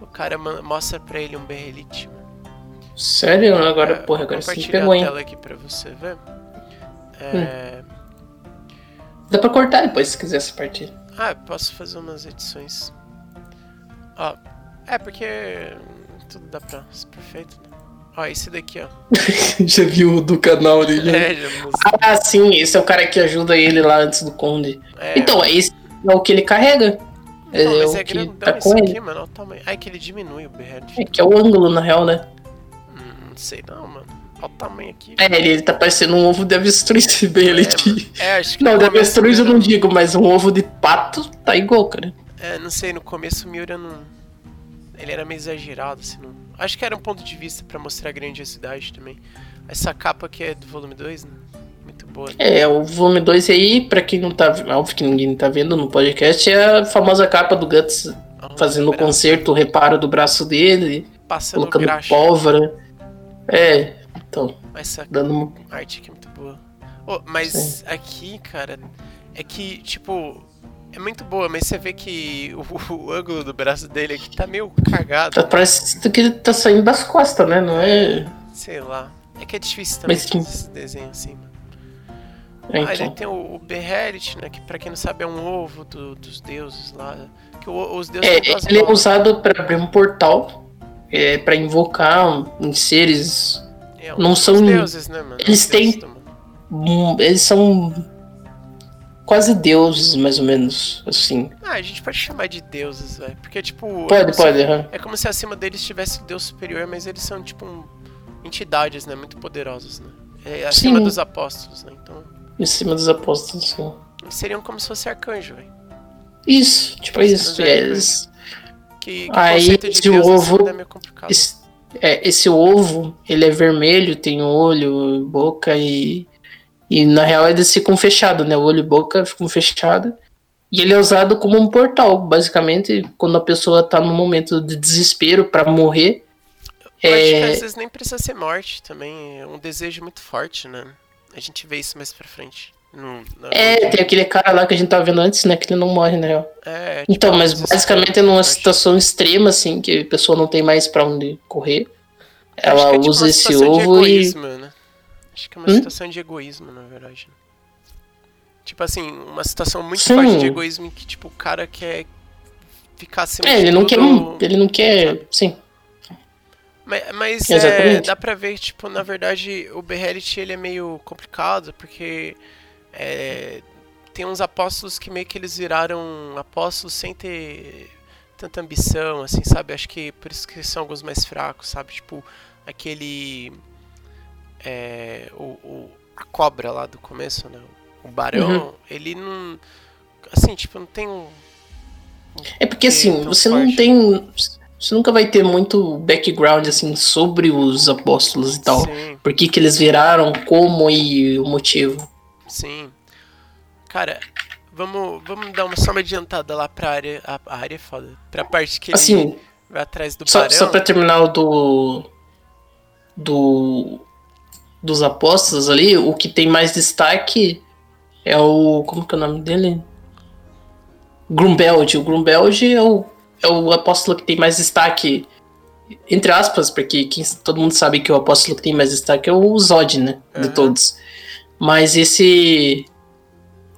O cara ma- mostra pra ele um berrelite. mano. Sério? Agora, É, porra, agora vou você me compartilhar pegou, a hein? Hum. tela aqui pra você É, ver. É, Dá pra cortar depois se quiser essa parte. Ah, posso fazer umas edições. Ó, é porque tudo dá pra. Perfeito. né? Ó, esse daqui, ó. <laughs> Já viu o do canal dele? né? É, já Ah, sim, esse é o cara que ajuda ele lá antes do Conde. é, Então, esse é o que ele carrega. É, Não, mas o é que grandão tá esse um com aqui, ele. mano. Olha o tamanho. Ah, é que ele diminui o Behad. É, que é o ângulo, na real, né? Hum, não sei não, mano. Olha o tamanho aqui. É, ele, ele tá parecendo um ovo de avestruz <laughs> bem ele. de- É, acho que Não, no de começo avestruz eu Miura não digo, mas um ovo de pato tá igual, cara. É, não sei, no começo o Miura não. Ele era meio exagerado, assim. Não... Acho que era um ponto de vista pra mostrar a grandiosidade também. Essa capa aqui é do volume 2, né? Muito boa. É, o volume 2 aí, pra quem não tá. Óbvio que ninguém tá vendo no podcast, é a famosa capa do Guts Arrumando fazendo o o braço, conserto, o reparo do braço dele, Passando colocando graxa. pólvora. É, então, Essa dando uma. arte aqui é muito boa. Ô, mas Sim. aqui, cara, é que, tipo. É muito boa, mas você vê que o, <laughs> o ângulo do braço dele aqui tá meio cagado. Tá, parece que ele tá saindo das costas, né? Não é. Sei lá. É que é difícil também Mas que- esse desenho assim, mano. é, Ah, ele então. tem o, o Beherit, né? Que pra quem não sabe é um ovo do- dos deuses lá. Que o- os deuses É, têm duas ele é mãos. usado pra abrir um portal, é, para invocar um- seres. É, não os são- deuses, né, mano? eles Os deuses têm- do mundo. hum, Eles são quase deuses, mais ou menos, assim. Ah, a gente pode chamar de deuses, velho. Porque, tipo. é como Pode, se- pode. aham. É como se acima deles tivesse um Deus superior, mas eles são, tipo, um- entidades, né? Muito poderosas, né? É, acima Sim. dos apóstolos, né? Então. Em cima dos apóstolos. Assim. Eles seriam como se fosse arcanjo, velho. Isso, tipo Sim, isso. mas é, é esse, Que, que Aí, conceito de esse Deus nessa ovo- vida é meio complicado. esse- é, esse ovo, ele é vermelho, tem olho, boca e. E na real eles ficam fechados, né? O olho e boca ficam fechados. E ele é usado como um portal, basicamente, quando a pessoa tá num momento de desespero pra morrer. Eu acho que é, às vezes nem precisa ser morte também. É um desejo muito forte, né? A gente vê isso mais pra frente. No, na- É, tem aquele cara lá que a gente tava vendo antes, né? Que ele não morre, na real. é, tipo, Então, mas desespero basicamente é numa forte. situação extrema, assim, que a pessoa não tem mais pra onde correr. Acho que Ela é tipo uma usa esse situação de ovo e. egoísmo, né? Acho que é uma Hum? situação de egoísmo, na verdade. Tipo assim, uma situação muito Sim. forte de egoísmo em que, tipo, o cara quer ficar acima É, de ele não quer. tudo. Ele não quer. Sim. Ma- Mas é, Exatamente. dá pra ver, tipo, na verdade, o Beherit ele é meio complicado, porque é, tem uns apóstolos que meio que eles viraram apóstolos sem ter tanta ambição, assim, sabe? Acho que por isso que são alguns mais fracos, sabe? Tipo, aquele... é, o, o- a cobra lá do começo, né? O barão, ele não... Assim, tipo, não tem um... É porque É, assim, então, você forte. não tem. Você nunca vai ter muito background assim sobre os apóstolos e tal. Sim. Por que, que eles viraram, como e o motivo. Sim. Cara, vamos, vamos dar uma, só uma adiantada lá pra área. A, a área é foda. Pra parte que ele Assim, vai atrás do só, barão. só pra terminar o do. Do. Dos apóstolos ali, o que tem mais destaque é o. Como que é o nome dele? Grumbeld. O Grumbeld é o, é o apóstolo que tem mais destaque. Entre aspas, porque quem- todo mundo sabe que o apóstolo que tem mais destaque é o Zod, né? De Aham. todos. Mas esse.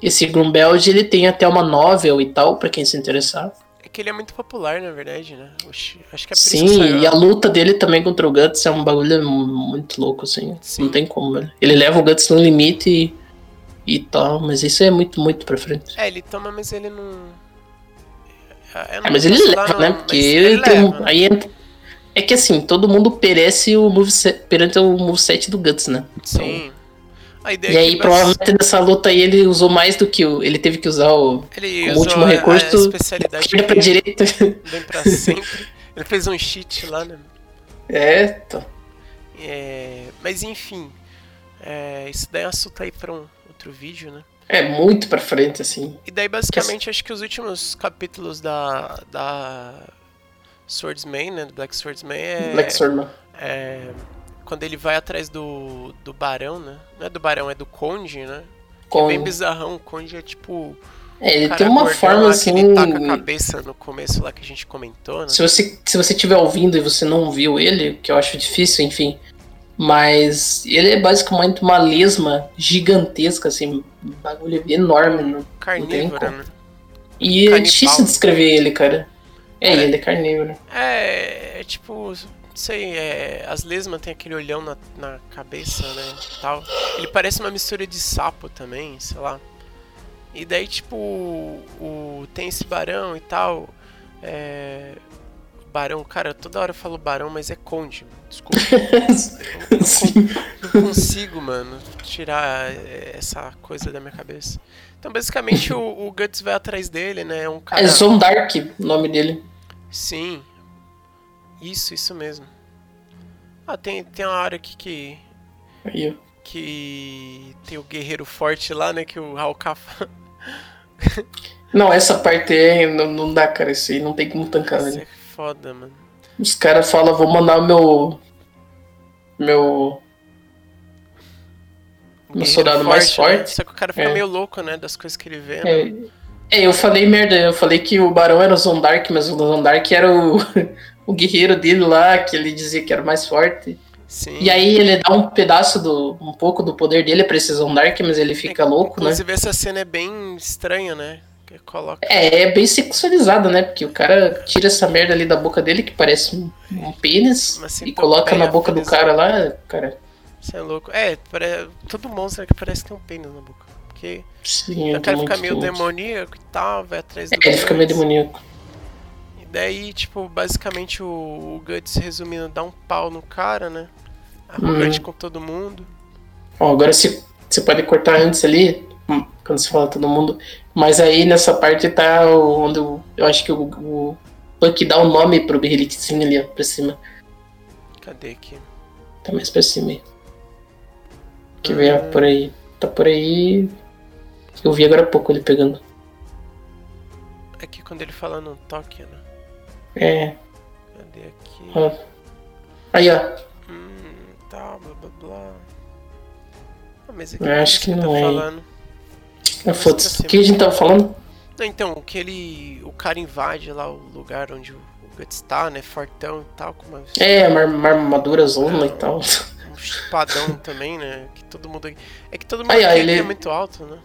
Esse Grumbeld, ele tem até uma novel e tal, pra quem se interessar. É que ele é muito popular, na verdade, né? Oxi, acho que é por isso que Sim, saiu. e a luta dele também contra o Guts é um bagulho muito louco, assim. Sim. Não tem como, velho. Ele leva o Guts no limite e, e tal, mas isso é muito, muito pra frente. É, ele toma, mas ele não. É, eu não Ah, mas ele posso leva, dar né? nome, Porque mas ele tem um- leva. aí entra- é que assim, todo mundo perece o moveset, perante o moveset do Guts, né? Então, Sim. A ideia E é aí, que provavelmente nessa luta aí ele usou mais do que o. Ele teve que usar o. ele Como usou último a- a recurso, especialidade Esquerda pra dele, direita. <laughs> bem pra sempre. Ele fez um cheat lá, né? É, tá. É, mas enfim, é, isso daí é assunto aí pra um outro vídeo, né? É muito pra frente, assim. E daí, basicamente, acho que os últimos capítulos da, da Swordsman, né? Do Black Swordsman é, Black Sword, mano. é quando ele vai atrás do, do barão, né? Não é do barão, é do conde, né? Com- Bem bizarrão, o conde é tipo... É, o ele cara tem uma gordão forma lá que assim. Ele taca a cabeça no começo lá que a gente comentou, né? Se você se você estiver ouvindo e você não viu ele, que eu acho difícil, enfim. Mas ele é basicamente uma lesma gigantesca, assim, um bagulho enorme. né? Carnívoro, como. né? E é Canibal. difícil descrever ele, cara. É, É. ele é <laughs> carnívoro. É, é tipo, não sei, é, as lesmas tem aquele olhão na, na cabeça, né, tal. Ele parece uma mistura de sapo também, sei lá. E daí, tipo, o, o- tem esse barão e tal, é... Barão, cara, toda hora eu falo barão, mas é conde, mano, desculpa. Sim. Não consigo, mano, tirar é, essa coisa da minha cabeça. Então, basicamente, o, o Guts vai atrás dele, né, é um cara... É Zondark o nome dele. Sim. Isso, isso mesmo. Ah, tem, tem uma hora aqui que. Aí, ó. que. tem o guerreiro forte lá, né? Que o Hawka. fa- Não, essa parte é, não, não dá, cara. Isso aí não tem como tancar, Isso velho. é foda, mano. Os caras falam, vou mandar o meu. Meu. Guerreiro Um soldado mais né, forte. Só que o cara fica É. meio louco, né? Das coisas que ele vê. né? É, é, eu falei merda, eu falei que o Barão era o Zondark, mas o Zondark era o, <laughs> o guerreiro dele lá, que ele dizia que era o mais forte. Sim. E aí ele dá um pedaço do. um pouco do poder dele pra esse Zondark, mas ele fica louco, né? Inclusive, essa cena é bem estranha, né? Que coloca. É, é bem sexualizada, né? Porque o cara tira essa merda ali da boca dele, que parece um, um pênis, Mas se e coloca topeia, na boca do pênis. cara lá, cara. Você é louco. É, pare... todo monstro que parece que tem um pênis na boca. Porque Sim, o é cara fica muito- meio demoníaco e tal, vai atrás do. É, ele fica meio Guts. demoníaco. E daí, tipo, basicamente o, o Guts resumindo, dá um pau no cara, né? Uhum. Arrogante com todo mundo. Ó, agora se você pode cortar antes ali, hum, quando você fala todo mundo. Mas aí nessa parte tá o- onde eu, eu acho que o, o Buck dá o nome pro Berrilitzin ali, ó, pra cima. Cadê aqui? Tá mais pra cima aí. Que vem ó, por aí. Tá por aí. Eu vi agora há pouco ele pegando. Aqui quando ele fala no toque, né? É, Cadê aqui? ó. Aí, ó. Hum, tá, blá blá blá. Ah, mas aqui Eu acho que ele não é. falando. Ah, Foda-se. cima. O que a gente tava falando? Não, então, o que ele. O cara invade lá o lugar onde o, o Guts tá, né? Fortão e tal, com uma, É, uma uma armadura zona e tal. <laughs> um chupadão <laughs> também, né? Que todo mundo. É que todo mundo Ai, ai, aqui ele- é muito alto, né?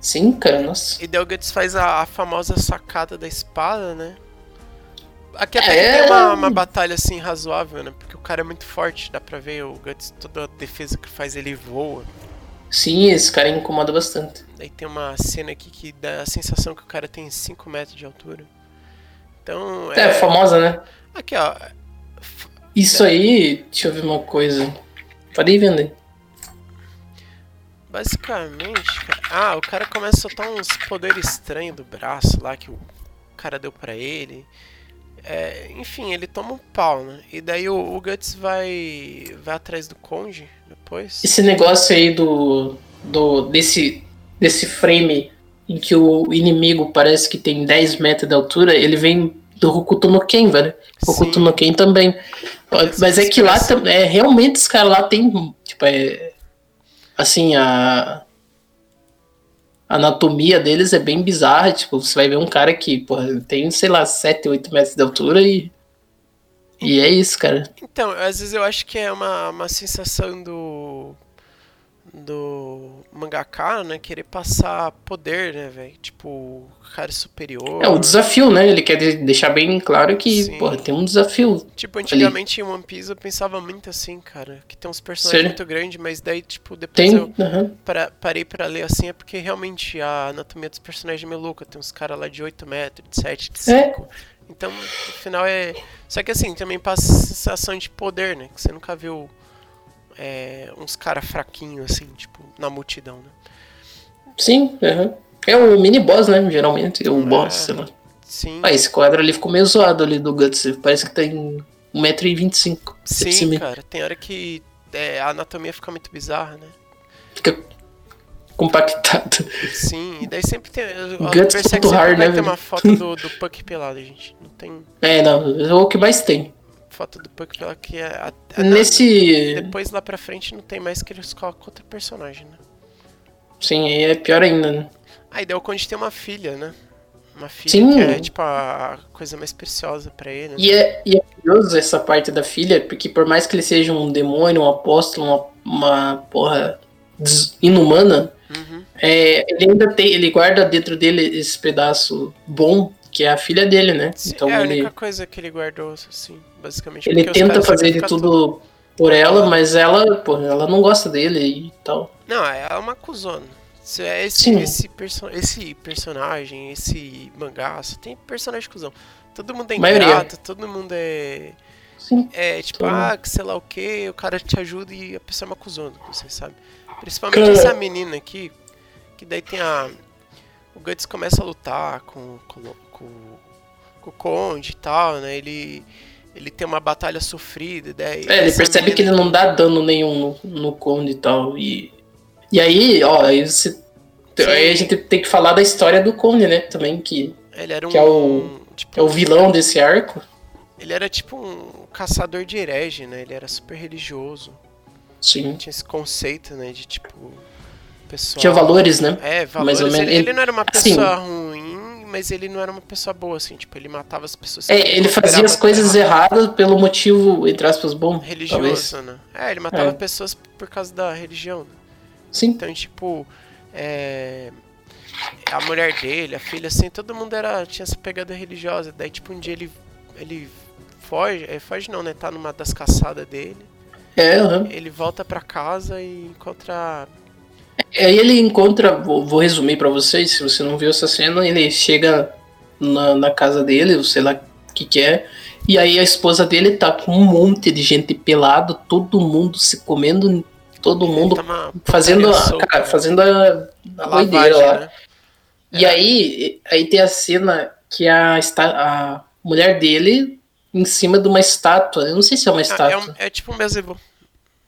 Sim, cara, nossa. E daí o Guts faz a, a famosa sacada da espada, né? Aqui até É. que tem uma, uma batalha assim razoável, né? Porque o cara é muito forte, dá pra ver o Guts, toda a defesa que faz ele voa. Sim, esse cara incomoda bastante. Daí tem uma cena aqui que dá a sensação que o cara tem 5 metros de altura. Então, É, é. famosa, né? Aqui, ó. Isso aí, deixa eu ver uma coisa. Parei vender. Basicamente, cara- ah, o cara começa a soltar uns poderes estranhos do braço lá que o cara deu pra ele. É, enfim, ele toma um pau, né? E daí o, o Guts vai vai atrás do Conde depois. Esse negócio aí do, do desse desse frame em que o inimigo parece que tem 10 metros de altura, ele vem do Hokuto no Ken, velho. Hokuto no Ken também. Ó, Mas é que lá tam- é realmente os caras lá tem tipo é assim a a anatomia deles é bem bizarra, tipo, você vai ver um cara que, porra, tem, sei lá, 7, 8 metros de altura e e é isso, cara. Então, às vezes eu acho que é uma, uma sensação do do mangaka, né, querer passar poder, né, velho? Tipo, o cara superior. É o desafio, né? Ele quer de- deixar bem claro que, Sim. porra, tem um desafio. Tipo, antigamente em One Piece eu pensava muito assim, cara. Que tem uns personagens Sério? muito grandes, mas daí, tipo, depois Tem. eu aham. pra- parei pra ler assim, é porque realmente a anatomia dos personagens é meio louca. Tem uns caras lá de 8 metros, de 7, de É. 5. Então, no final é. Só que assim, também passa a sensação de poder, né? Que você nunca viu é, uns caras fraquinhos, assim, tipo, na multidão, né? Sim, aham. é o mini boss, né? Geralmente, É. o boss, sei lá. Sim. Ah, esse quadro ali ficou meio zoado ali do Guts. Parece que tá um tem 1,25m. Sim, cara. Tem hora que é, a anatomia fica muito bizarra, né? Fica compactado. <laughs> Sim, e daí sempre tem. eu- eu Guts percebo ponto sempre hard, vai né, ter velho? uma foto do, do Puck pelado, gente. Não tem É, não, é o que mais tem. foto do Puck pelado que é. a- a- Nesse. Depois lá pra frente não tem mais que eles colocam outro personagem, né? Sim, aí é pior ainda, né? Ah, e daí o Conde tem uma filha, né? Uma filha Sim. que é tipo a a coisa mais preciosa pra ele. né? E é, e é curioso essa parte da filha, porque por mais que ele seja um demônio, um apóstolo, uma, uma porra des- inumana, Uhum. É, ele ainda tem, ele guarda dentro dele esse pedaço bom, que é a filha dele, né? Sim, é a única coisa que ele guardou, assim, basicamente. Ele porque os tenta caras fazer de sacrificam tudo por ela, mas ela, pô, ela não gosta dele e tal. Não, ela é uma cuzona. Isso é Esse, Sim. esse, perso esse personagem, esse mangá, só tem personagem cuzão. Todo mundo é Maioria. ingrato, todo mundo é. Sim. É tipo, Todo mundo. ah, que sei lá o que, o cara te ajuda e a pessoa é uma cuzona, você sabe. Principalmente Cara. essa menina aqui, que daí tem a. O Guts começa a lutar com, com, com, com o Conde e tal, né? Ele, ele tem uma batalha sofrida, daí. É, ele essa percebe menina- que ele não dá dano nenhum no, no Conde e tal. E, e aí, ó, aí, você- aí a gente tem que falar da história do Conde, né? Também, que Ele era um. que é o- tipo, é o vilão desse arco. Ele era tipo um caçador de herege, né? Ele era super religioso. Sim. Tinha esse conceito, né? De tipo. Pessoal. Tinha valores, né? É, Mais valores. ou menos. Ele, ele não era uma Assim. pessoa ruim, mas ele não era uma pessoa boa, assim. Tipo, ele matava as pessoas. que É, ele fazia considerava as coisas erradas pelo motivo, entre aspas, bom. Talvez. Religioso, né? É, ele matava É. pessoas por causa da religião. Sim. Então, tipo. é, A mulher dele, a filha, assim, todo mundo era tinha essa pegada religiosa. Daí, tipo, um dia ele. ele foge. é, Foge não, né? Tá numa das caçadas dele. É, aham. Ele volta pra casa e encontra. Aí ele encontra, vou, vou resumir pra vocês, se você não viu essa cena, ele chega na, na casa dele, ou sei lá o que que é, e aí a esposa dele tá com um monte de gente pelado, todo mundo se comendo, todo mundo Tá uma fazendo, putaria a, solta, cara, né? fazendo a, a A doideira lavagem, lá. né? E aí, aí tem a cena que a, esta- a mulher dele em cima de uma estátua, eu não sei se é uma Ah, é, estátua, um- é tipo um Bezebu.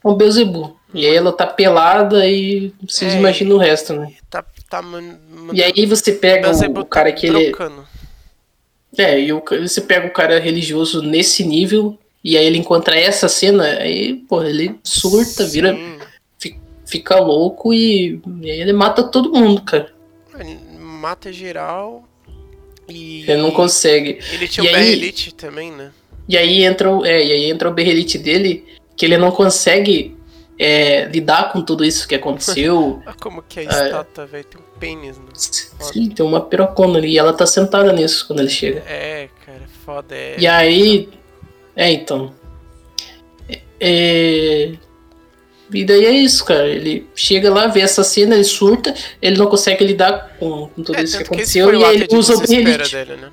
é um Beelzebub. E aí ela tá pelada e vocês É, imaginam o resto, né? Tá, tá man- man- E aí você pega É, o, Beelzebub o cara tá que ele. trocando. É, e o, ca- você pega o cara religioso nesse nível, e aí ele encontra essa cena, aí, pô, ele surta, vira, Sim. fica louco e, e aí ele mata todo mundo, cara. Ele mata geral. E. Ele não consegue. Ele tinha E um aí- Elite também, né? E aí entra o, é, e aí entra o berrelite dele, que ele não consegue é, lidar com tudo isso que <laughs> aconteceu. Olha Ah, como que é a Ah, é. estátua, velho, tem um pênis, né? Sim, tem uma pirocona ali, e ela tá sentada nisso quando ele chega. É, cara, foda. É, E aí. É, então. É. E daí é isso, cara. Ele chega lá, vê essa cena, ele surta, ele não consegue lidar com, com tudo é, isso que tanto que aconteceu e aí ele usa o berrelite. Dele, né?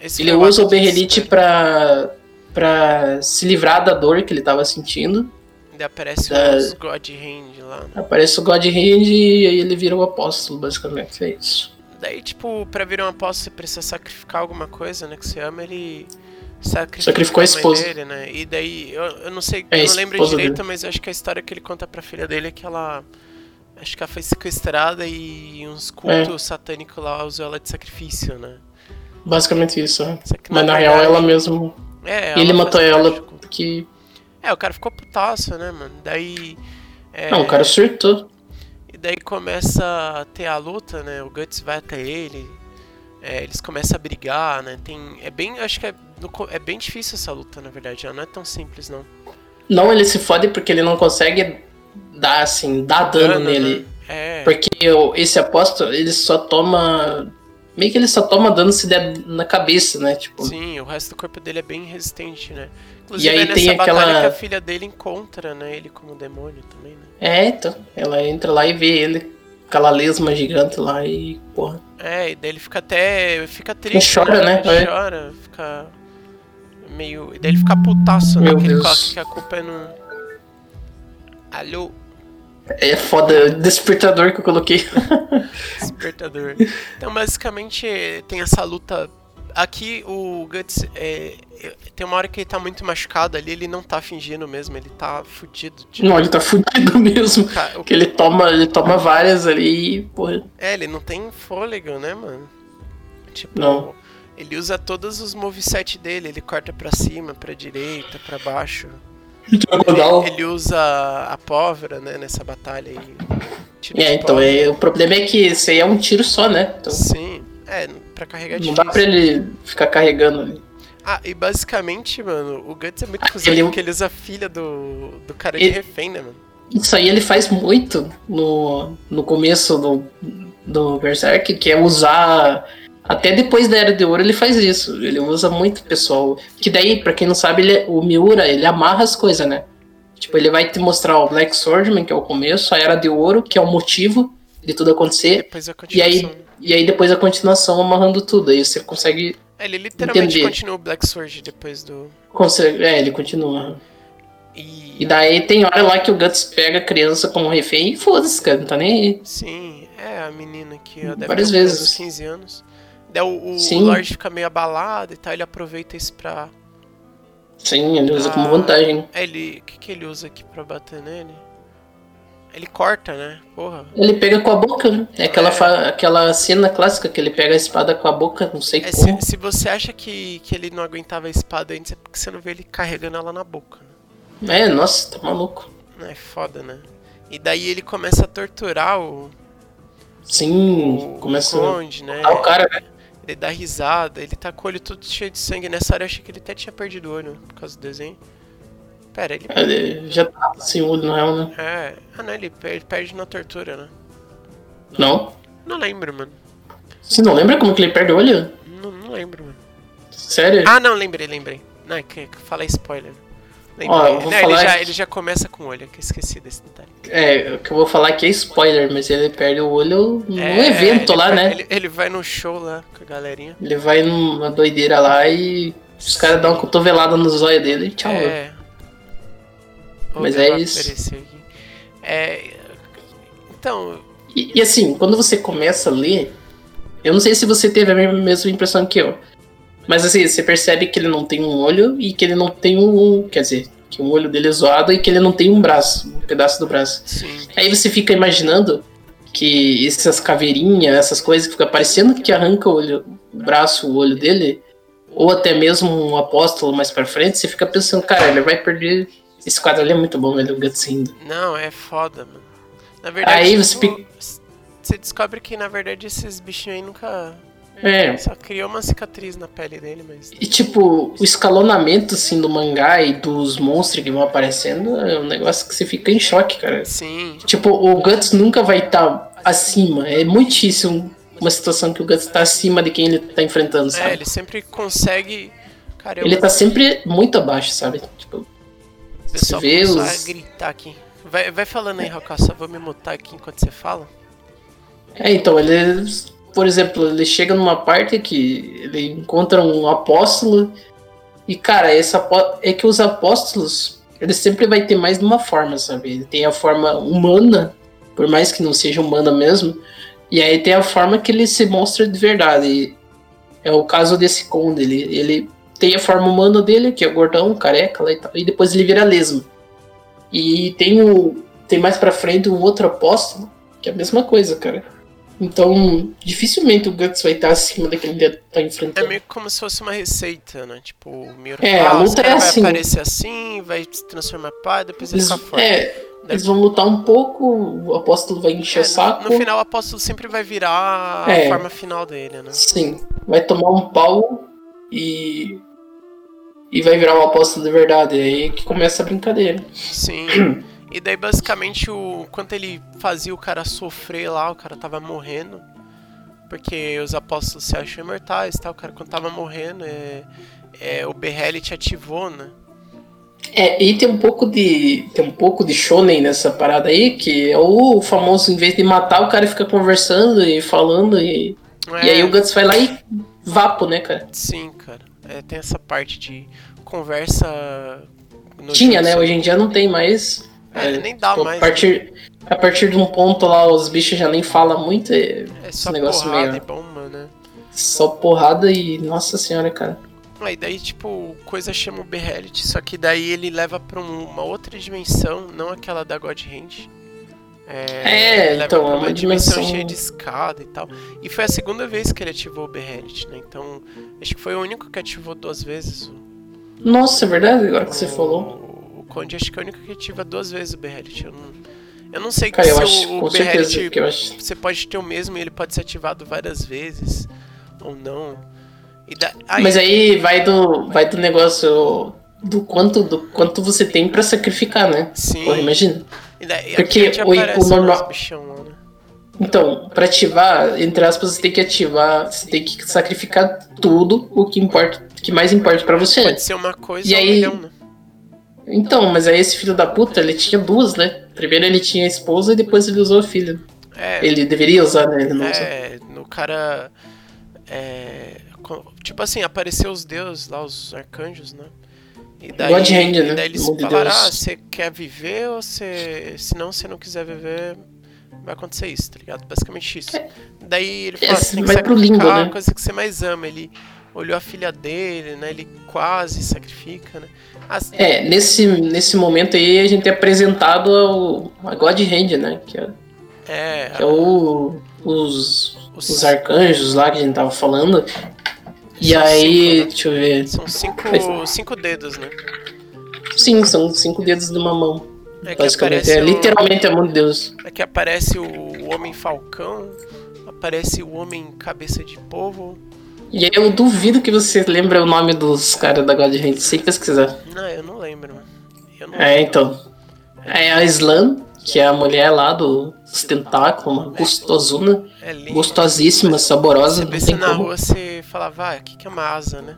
Esse Ele foi usa o ato de berrelite desespero. pra, pra se livrar da dor que ele tava sentindo. Daí aparece da- os God Hand lá, né? Aparece o God Hand e aí ele vira o apóstolo, basicamente. É isso. Daí, tipo, pra virar um apóstolo você precisa sacrificar alguma coisa, né? Que você ama, ele sacrifica Sacrificou a mãe esposa. dele, né? E daí, eu, eu não sei, É, a eu não lembro esposa direito, mas acho que a história que ele conta pra filha dele é que ela. Acho que ela foi sequestrada e É. uns cultos satânicos lá usou ela de sacrifício, né? Basicamente isso. né? Só que, Mas na real ela mesmo. É, ele faz matou parte ela do culto. porque. É, o cara ficou putaço, né, mano? Daí. é, Não, o cara surtou. E daí começa a ter a luta, né? O Guts vai até ele. é, eles começam a brigar, né? Tem, é bem, acho que é, no co- é bem difícil essa luta, na verdade. Ela não é tão simples, não. Não, ele se fode porque ele não consegue dar, assim, dar dano Dano, nele. né? É, Porque o- esse apóstolo, ele só toma. Meio que ele só toma dano se der na cabeça, né? Tipo, sim, o resto do corpo dele é bem resistente, né? E Inclusive aí é nessa tem batalha aquela- que a filha dele encontra, né? Ele como demônio também, né? é, então. Ela entra lá e vê ele, aquela lesma gigante lá e, porra. É, e daí ele fica até. fica triste. chora, né? É. Chora, fica. meio. E daí ele fica putaço, né? Meu Que ele Deus. coloca que a culpa é no. Alô? É foda, o despertador que eu coloquei. <laughs> Despertador. Então, basicamente, tem essa luta. Aqui, o Guts, é, é, tem uma hora que ele tá muito machucado ali, ele não tá fingindo mesmo, ele tá fudido. Tipo, não, ele tá fudido <laughs> mesmo. ca- o- Que ele toma, ele toma várias ali e, porra. é, ele não tem fôlego, né, mano? Tipo, Não. ele usa todos os moveset dele, ele corta pra cima, pra direita, pra baixo. Drogodal. Ele usa a pólvora, né, nessa batalha aí. Tipo, Tiro É, de então, pólvora. é, o problema é que esse aí é um tiro só, né? Então, Sim, é, pra carregar é não difícil. dá pra ele ficar carregando ali. Ah, e basicamente, mano, o Guts é muito cuzão Aquele- porque ele usa a filha do, do cara de um Ele- refém, né, mano? Isso aí ele faz muito no, no começo do, do Berserk, que é usar. Até depois da Era de Ouro ele faz isso. Ele usa muito pessoal. Que daí, pra quem não sabe, ele, é, o Miura, ele amarra as coisas, né? Tipo, ele vai te mostrar o Black Swordman, que é o começo, a Era de Ouro, que é o motivo de tudo acontecer. Depois a E aí, continuação. e aí depois a continuação amarrando tudo. Aí você consegue. É, Ele literalmente Entendi. continua o Black Sword depois do. consegue é, ele continua. E. E daí tem hora lá que o Guts pega a criança como refém e foda-se, cara, não tá nem aí. Sim, é a menina que ó, deve Várias ter uns vezes. 15 anos. Daí o, o, o Sim. Lorde fica meio abalado e tal, ele aproveita isso pra. Sim, ele usa Ah. como vantagem. É, ele. O que, que ele usa aqui pra bater nele? Ele corta, né? Porra. Ele pega com a boca, né? É aquela, É. fa- aquela cena clássica que ele pega a espada com a boca, não sei É, como. se, se você acha que, que ele não aguentava a espada antes, é porque você não vê ele carregando ela na boca. né? É, nossa, tá maluco. É foda, né? E daí ele começa a torturar o, Sim, o começa a. Conde, né? Ah, o cara, né? Ele dá risada, ele tá com o olho todo cheio de sangue. Nessa hora eu achei que ele até tinha perdido o olho por causa do desenho. Pera, ele. Ele já tá sem olho, não é, né? É. Ah não, ele per- ele perde na tortura, né? Não? Não lembro, mano. Você não lembra como que ele perde o olho? Não, não lembro, mano. Sério? Ah não, lembrei, lembrei. Não, é que, que fala spoiler. Lembrei. Ó, eu vou Não, ele, falar já, que- ele já começa com o olho, que eu esqueci desse detalhe. É, o que eu vou falar aqui é spoiler, mas ele perde o olho num É, Um evento ele lá, vai- né? Ele, ele vai no show lá com a galerinha. Ele vai numa doideira lá e os caras dão uma cotovelada no zóio dele e tchau. É. Vou Mas ver, é vai isso. aparecer aqui. É. Então, E, e assim, quando você começa a ler, eu não sei se você teve a mesma- mesma impressão que eu. Mas assim, você percebe que ele não tem um olho e que ele não tem um. Quer dizer, que o olho dele é zoado e que ele não tem um braço, um pedaço do braço. sim. Aí você fica imaginando que essas caveirinhas, essas coisas que fica parecendo que arranca o, olho, o braço, o olho dele, ou até mesmo um apóstolo mais pra frente, você fica pensando, cara, ele vai perder. Esse quadro ali é muito bom, ele é o Guts rindo. Não, é foda, mano. Na verdade, Aí você tipo, você descobre que na verdade esses bichinhos aí nunca. É, Só criou uma cicatriz na pele dele, mas. E tipo, o escalonamento assim do mangá e dos monstros que vão aparecendo é um negócio que você fica em choque, cara. Sim, Tipo, o Guts nunca vai estar acima. É muitíssimo uma situação que o Guts tá acima de quem ele tá enfrentando, é, sabe? ele sempre consegue. Cara, eu Ele tá sempre muito abaixo, sabe? Tipo, o pessoal você vê começar os- a gritar aqui. Vai, vai falando aí, Raul, só vou me mutar aqui enquanto você fala. é, então, ele. Por exemplo, ele chega numa parte que ele encontra um apóstolo. E, cara, esse apó... é que os apóstolos, eles sempre vai ter mais de uma forma, sabe? Ele tem a forma humana, por mais que não seja humana mesmo. E aí tem a forma que ele se mostra de verdade. E é o caso desse conde. Ele, ele tem a forma humana dele, que é gordão, careca lá e tal. E depois ele vira lesma. E tem o. Tem mais pra frente um outro apóstolo, que é a mesma coisa, cara. Então, dificilmente o Guts vai estar acima daquele que ele tá É enfrentando. meio como se fosse uma receita, né? Tipo, o Miura É, a fala, luta "Esse cara é vai assim." aparecer assim, vai se transformar em pá, depois ele Eles, fica forte. é, eles vão lutar um pouco, o apóstolo vai encher É, o saco. no, no final o apóstolo sempre vai virar a É. forma final dele, né? Sim, vai tomar um pau e. E vai virar um apóstolo de verdade. É aí que começa a brincadeira. Sim. E daí basicamente o quanto ele fazia o cara sofrer lá, o cara tava morrendo. Porque os apóstolos se acham imortais e tal. O cara quando tava morrendo, é, é, o BRL te ativou, né? É, e tem um pouco de. Tem um pouco de shonen nessa parada aí, que é o famoso, em vez de matar, o cara fica conversando e falando. E, É, e aí o Guts vai lá e vapo, né, cara? Sim, cara. É, tem essa parte de conversa. no Tinha, né? jutsu. Hoje em dia não tem mais. É, nem dá tipo, mais, A partir, a partir de um ponto lá, os bichos já nem falam muito. É, É esse só negócio porrada e meio. bomba, né? Só porrada e. Nossa senhora, cara. Aí daí, tipo, coisa chama o B-Reality, só que daí ele leva pra um- uma outra dimensão, não aquela da God Hand. É, ele leva então, pra é uma uma dimensão, dimensão- cheia de escada e tal. E foi a segunda vez que ele ativou o B-Reality, né? Então, acho que foi o único que ativou duas vezes. o- Nossa, é verdade? Agora que você Hum. falou. O, o Conde, acho que é o único que ativa duas vezes o B-Reality. Eu não, eu não sei Cara, eu se acho, o, com o certeza, B-Reality porque eu acho. você pode ter o mesmo e ele pode ser ativado várias vezes ou não. E da- aí- Mas é aí vai do, vai do negócio do quanto, do quanto você tem pra sacrificar, né? sim. Porra, imagina. E daí, Porque aqui a gente o- o aparece o normal- nosso bichão lá, né? Então, pra ativar, entre aspas, você tem que ativar, você tem que sacrificar tudo o que importa, que mais importa pra você. Pode ser uma É, coisa E ou um aí- milhão, né? Então, mas aí esse filho da puta, ele tinha duas, né? Primeiro ele tinha a esposa e depois ele usou o filho. É, Ele deveria usar, né? Ele não usou. é, no cara. É, co- tipo assim, apareceu os deuses lá, os arcanjos, né? E daí, God Hand, e né? daí eles Mão de falaram: Deus. ah, você quer viver ou você. Se não, você não quiser viver, vai acontecer isso, tá ligado? Basicamente isso. Daí ele fala: É, você tem que vai pro limbo, sacrificar a né? coisa que você mais ama. Ele olhou a filha dele, né? Ele quase sacrifica, né? As- É, nesse, nesse momento aí a gente é apresentado ao, a God Hand, né? Que é, é, que é o, os, os- os arcanjos lá que a gente tava falando. E São aí, cinco, né? deixa eu ver. São cinco, cinco dedos, né? Sim, são cinco dedos de uma mão. É que Basicamente, aparece, é o- literalmente a mão de Deus. é que aparece o Homem Falcão, aparece o Homem Cabeça de Povo. E aí eu duvido que você lembre o nome dos caras da God Hand, sem pesquisar. Não, eu não lembro, mano. Eu não É, então. É a Slam, que é a mulher lá do dos tentáculos, uma gostosuna, É lindo. gostosíssima, saborosa, Você não pensa tem na como. rua, você falava, ah, o que, que é uma asa, né?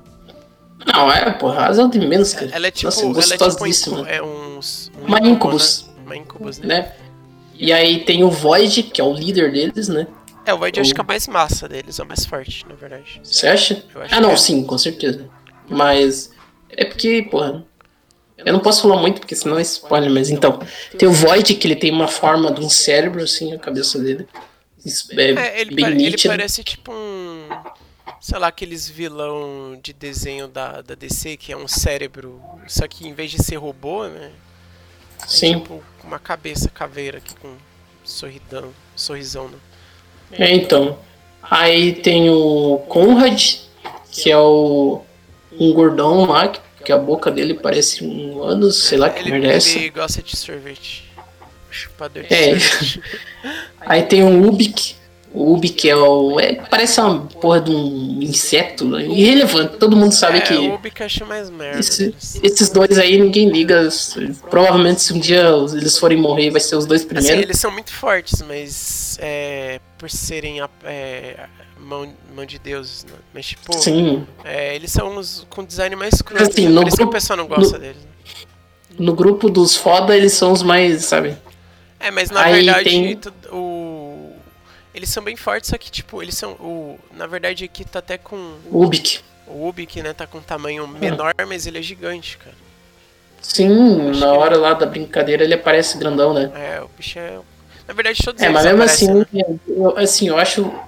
Não, é, porra, asa é o de menos, cara. Ela é tipo, Nossa, ela é tipo um gostosíssima, incu- é uns, um Uma incubo, incubus. né? Uma incubus, né? né? E aí tem o Void, que é o líder deles, né? É, o Void eu acho O- que é o mais massa deles, é o mais forte, na verdade. Você acha? Eu acho Ah, não, que é. sim, com certeza. Mas é porque, porra, eu não posso falar muito porque senão é spoiler, mas então, tem o Void que ele tem uma forma de um cérebro assim, a cabeça dele. Isso é, É, ele, bem pare- ele nítido. parece tipo um. Sei lá, aqueles vilão de desenho da, da DC, que é um cérebro. Só que em vez de ser robô, né? É Sim. tipo uma cabeça caveira aqui com sorridão, sorrisão. Né? É, então. Aí tem o Conrad, que é o um gordão lá, que, que a boca dele parece um ânus, sei lá que Ele, merda é essa. ele gosta de sorvete. Chupador de <laughs> É. sorvete. Aí tem o Ubik. O Ubik é o. é- parece uma porra de um inseto né? irrelevante. Todo mundo sabe é, que O Pikachu mais merda. assim. esse- deles. esses dois aí ninguém liga. Provavelmente se um dia eles forem morrer, vai ser os dois Assim, primeiros. eles são muito fortes, mas é, por serem a, é, mão, mão de deuses, né? Mas tipo. Sim. É, eles são os com design mais cru. né? Assim, por no isso que o grupo- pessoal não gosta deles. né? No grupo dos foda, eles são os mais, sabe? É, mas na Aí verdade, tem- tu- o. Eles são bem fortes, só que, tipo, eles são. O... Na verdade, aqui tá até com. O Ubik. O Ubik, né? Tá com um tamanho menor, mas ele é gigante, cara. Sim, na hora lá da brincadeira ele aparece grandão, né? É, o bicho é. Na verdade, todos É, eles mas mesmo aparecem, assim, né? eu, assim, eu acho. O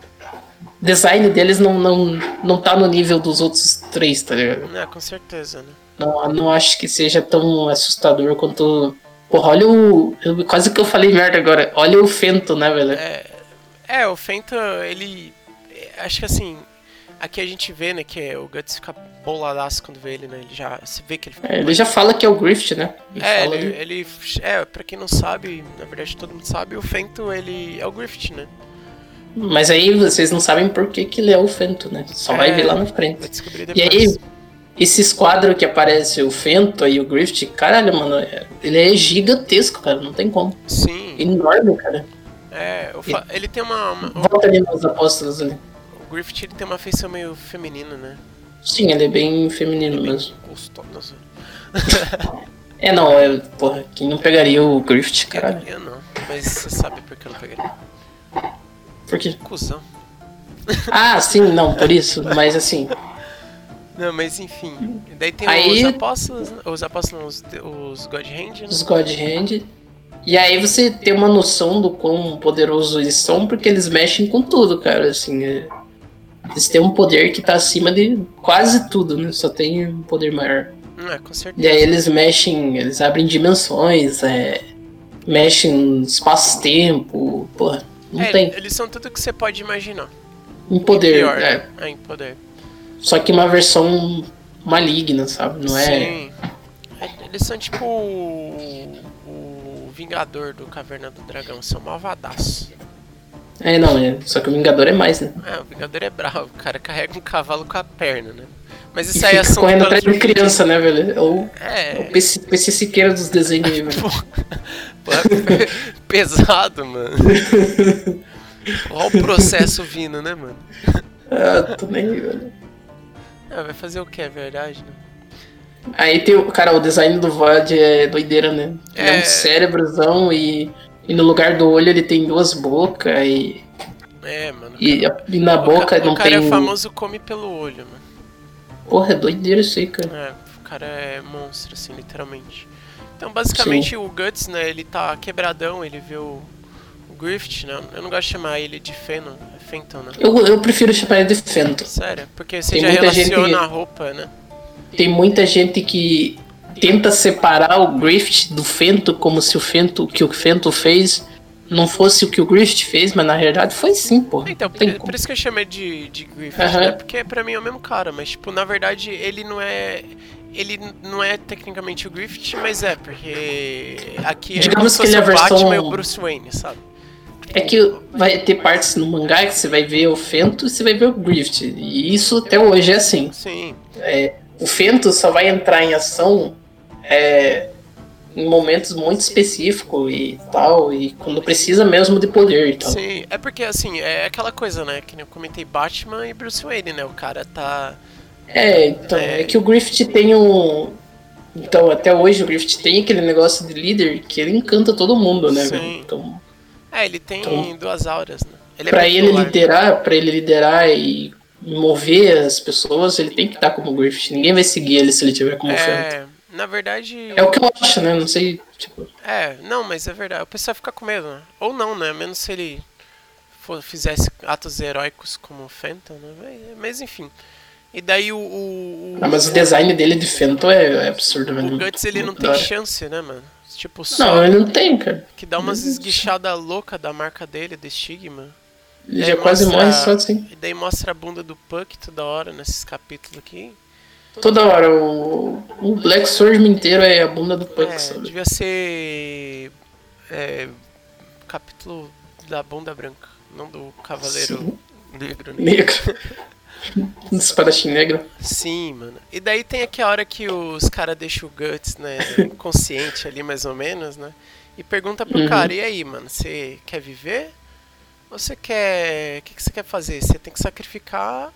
design deles não, não, não tá no nível dos outros três, tá ligado? É, com certeza, né? Não, não acho que seja tão assustador quanto. Porra, olha o. eu- quase que eu falei merda agora. Olha o Fento, né, velho? É, o Fenta, ele. é, Acho que assim. Aqui a gente vê, né, que é, o Guts fica boladaço quando vê ele, né? Ele já. Você vê que ele fica É, ele já fala que é o Grift, né? Ele É, fala ele, ali. ele- É, pra quem não sabe, na verdade todo mundo sabe, o Fento, ele é o Griffith, né? Mas aí vocês não sabem por que, que ele é o Fento, né? Só vai É. ver lá na frente. Vai descobrir E depois. aí, esse esquadro que aparece o Fento e o Grift, caralho, mano, é- ele é gigantesco, cara. Não tem como. Sim, Enorme, cara. é. o fa- Ele tem uma. uma- Volta ali nos apóstolos ali. o Griffith ele tem uma feição meio feminina, né? Sim, ele é bem feminino mesmo. Gostosa. É, não, é. Porra, quem não pegaria o Grift, caralho? Eu não, mas você sabe por que eu não peguei. Por quê? Cusão. Ah, sim, não, por isso. Mas assim, Não, mas enfim. Daí tem Aí- os apóstolos, né? os apóstolos, não, os, de- os God Hand, né? os God Hand. E aí você tem uma noção do quão poderoso eles são, porque eles mexem com tudo, cara. Assim, é- eles têm um poder que tá acima de quase tudo, né? Só tem um poder maior. Hum, É, com certeza. E aí eles mexem, eles abrem dimensões, é, mexem no espaço-tempo, porra. Não É, tem Eles são tudo que você pode imaginar. um poder, Pior, é. né? É, em poder. Só que uma versão maligna, sabe? Não é. Sim. É, Eles são tipo o, o Vingador do Caverna do Dragão, são malvadaços. É, não, é. Só que o Vingador é mais, né? É, o Vingador é bravo, o cara carrega um cavalo com a perna, né? Mas E isso aí é fica assunto correndo pra atrás de outro dia. criança, né, velho? Ou É É, o PC, PC Siqueira dos <laughs> desenhos aí, velho. pô, pô, é pesado, mano. Olha o processo vindo, né, mano? <laughs> Ah, tô nem aí, velho. Ah, vai fazer o que, é verdade? Né? Aí tem o. Cara, o design do VOD é doideira, né? Ele é, É. um cérebrozão e, e no lugar do olho ele tem duas bocas e, É, mano. e, a- e na O boca ca- o não cara tem. um- é famoso come pelo olho, mano. Porra, é doideira isso aí, cara. É, o cara é monstro, assim, literalmente. Então, basicamente, o Guts, né, ele tá quebradão, ele vê o, o Grift, né? Eu não gosto de chamar ele de Fenton, é Fenton, né? Eu, eu prefiro chamar ele de Fento. Sério, porque você Tem já muita gente relaciona que- a roupa, né? Tem muita gente que tenta separar o Grift do Fento como se o Fento, o que o Fento fez não fosse o que o Grift fez, mas na realidade foi sim, porra. Então, Não por, tem como. por isso que eu chamei de, de Griffith, Aham. né? Porque pra mim é o mesmo cara, mas tipo, na verdade ele não é. Ele n- não é tecnicamente o Griffith, mas é, porque aqui é Digamos como se que fosse ele é o a versão- Batman e o Bruce Wayne, sabe? É que vai ter partes no mangá que você vai ver o Fento e você vai ver o Grift. E isso até hoje é assim. Sim, O Fento só vai entrar em ação é, em momentos muito específicos e tal. E quando precisa mesmo de poder então. e tal. sim. É porque assim, é aquela coisa, né? Que nem eu comentei Batman e Bruce Wayne, né? O cara tá. É, então, é que o Grift tem um. Então, até hoje o Grift tem aquele negócio de líder que ele encanta todo mundo, né, Sim. velho? Então, É, ele tem Então- duas auras, né? Ele é pra bem ele popular. liderar, para ele liderar e mover as pessoas, ele tem que estar como Grift. Ninguém vai seguir ele se ele tiver como Fento. É, na verdade. um É o que eu acho, né? Não sei, tipo, É, não, mas é verdade. O pessoal fica com medo, né? Ou não, né? Menos se ele for, fizesse atos heróicos como o Fenton, né? Mas- Mas enfim. E daí o. O, o- ah, mas o design dele de Fento é, é absurdo, o velho. Guts ele não é Muito tem da hora. chance, né, mano? Tipo, só Não, ele não tem, cara. que dá umas Ele- esguichadas loucas da marca dele, do Stigma. Ele Daí já quase mostra- morre só assim. E daí mostra a bunda do Puck toda hora nesses capítulos aqui. Toda hora, o, o Black Swordsman inteiro é a bunda do Punk, É, sabe? devia ser. É, capítulo da bunda branca, não do Cavaleiro Negro, né? Negro. <laughs> Um espadachim negro. Sim, mano. E daí tem aqui a hora que os caras deixam o <laughs> Guts, né, inconsciente ali, mais ou menos, né? E pergunta Uhum. pro cara, e aí, mano, você quer viver? Ou você quer... O que, que você quer fazer? Você tem que sacrificar...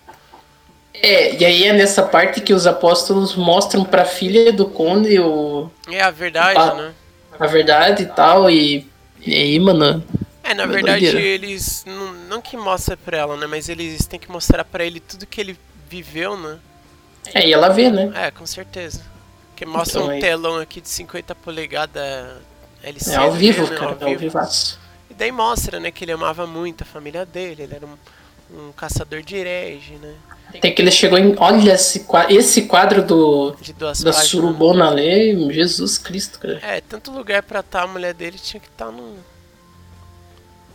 É, e aí é nessa parte que os apóstolos mostram pra filha do Conde o, É a verdade, Ah. né? a verdade e tal, e, e aí, mano, É, na Uma verdade, doideira. eles... Não, não que mostra pra ela, né? Mas eles têm que mostrar pra ele tudo que ele viveu, né? aí ela vê, né? É, com certeza. Porque mostra Então, um aí- telão aqui de 50 polegadas... LCD, É ao vivo, né? cara, é ao vivaço. E daí mostra, né, que ele amava muito a família dele, ele era um, um caçador de herege, né? Tem que ele chegou em. Olha esse quadro, esse quadro do, De duas da páginas. Surubona Lei, Jesus Cristo, cara. É, tanto lugar pra tá, a mulher dele tinha que estar tá no.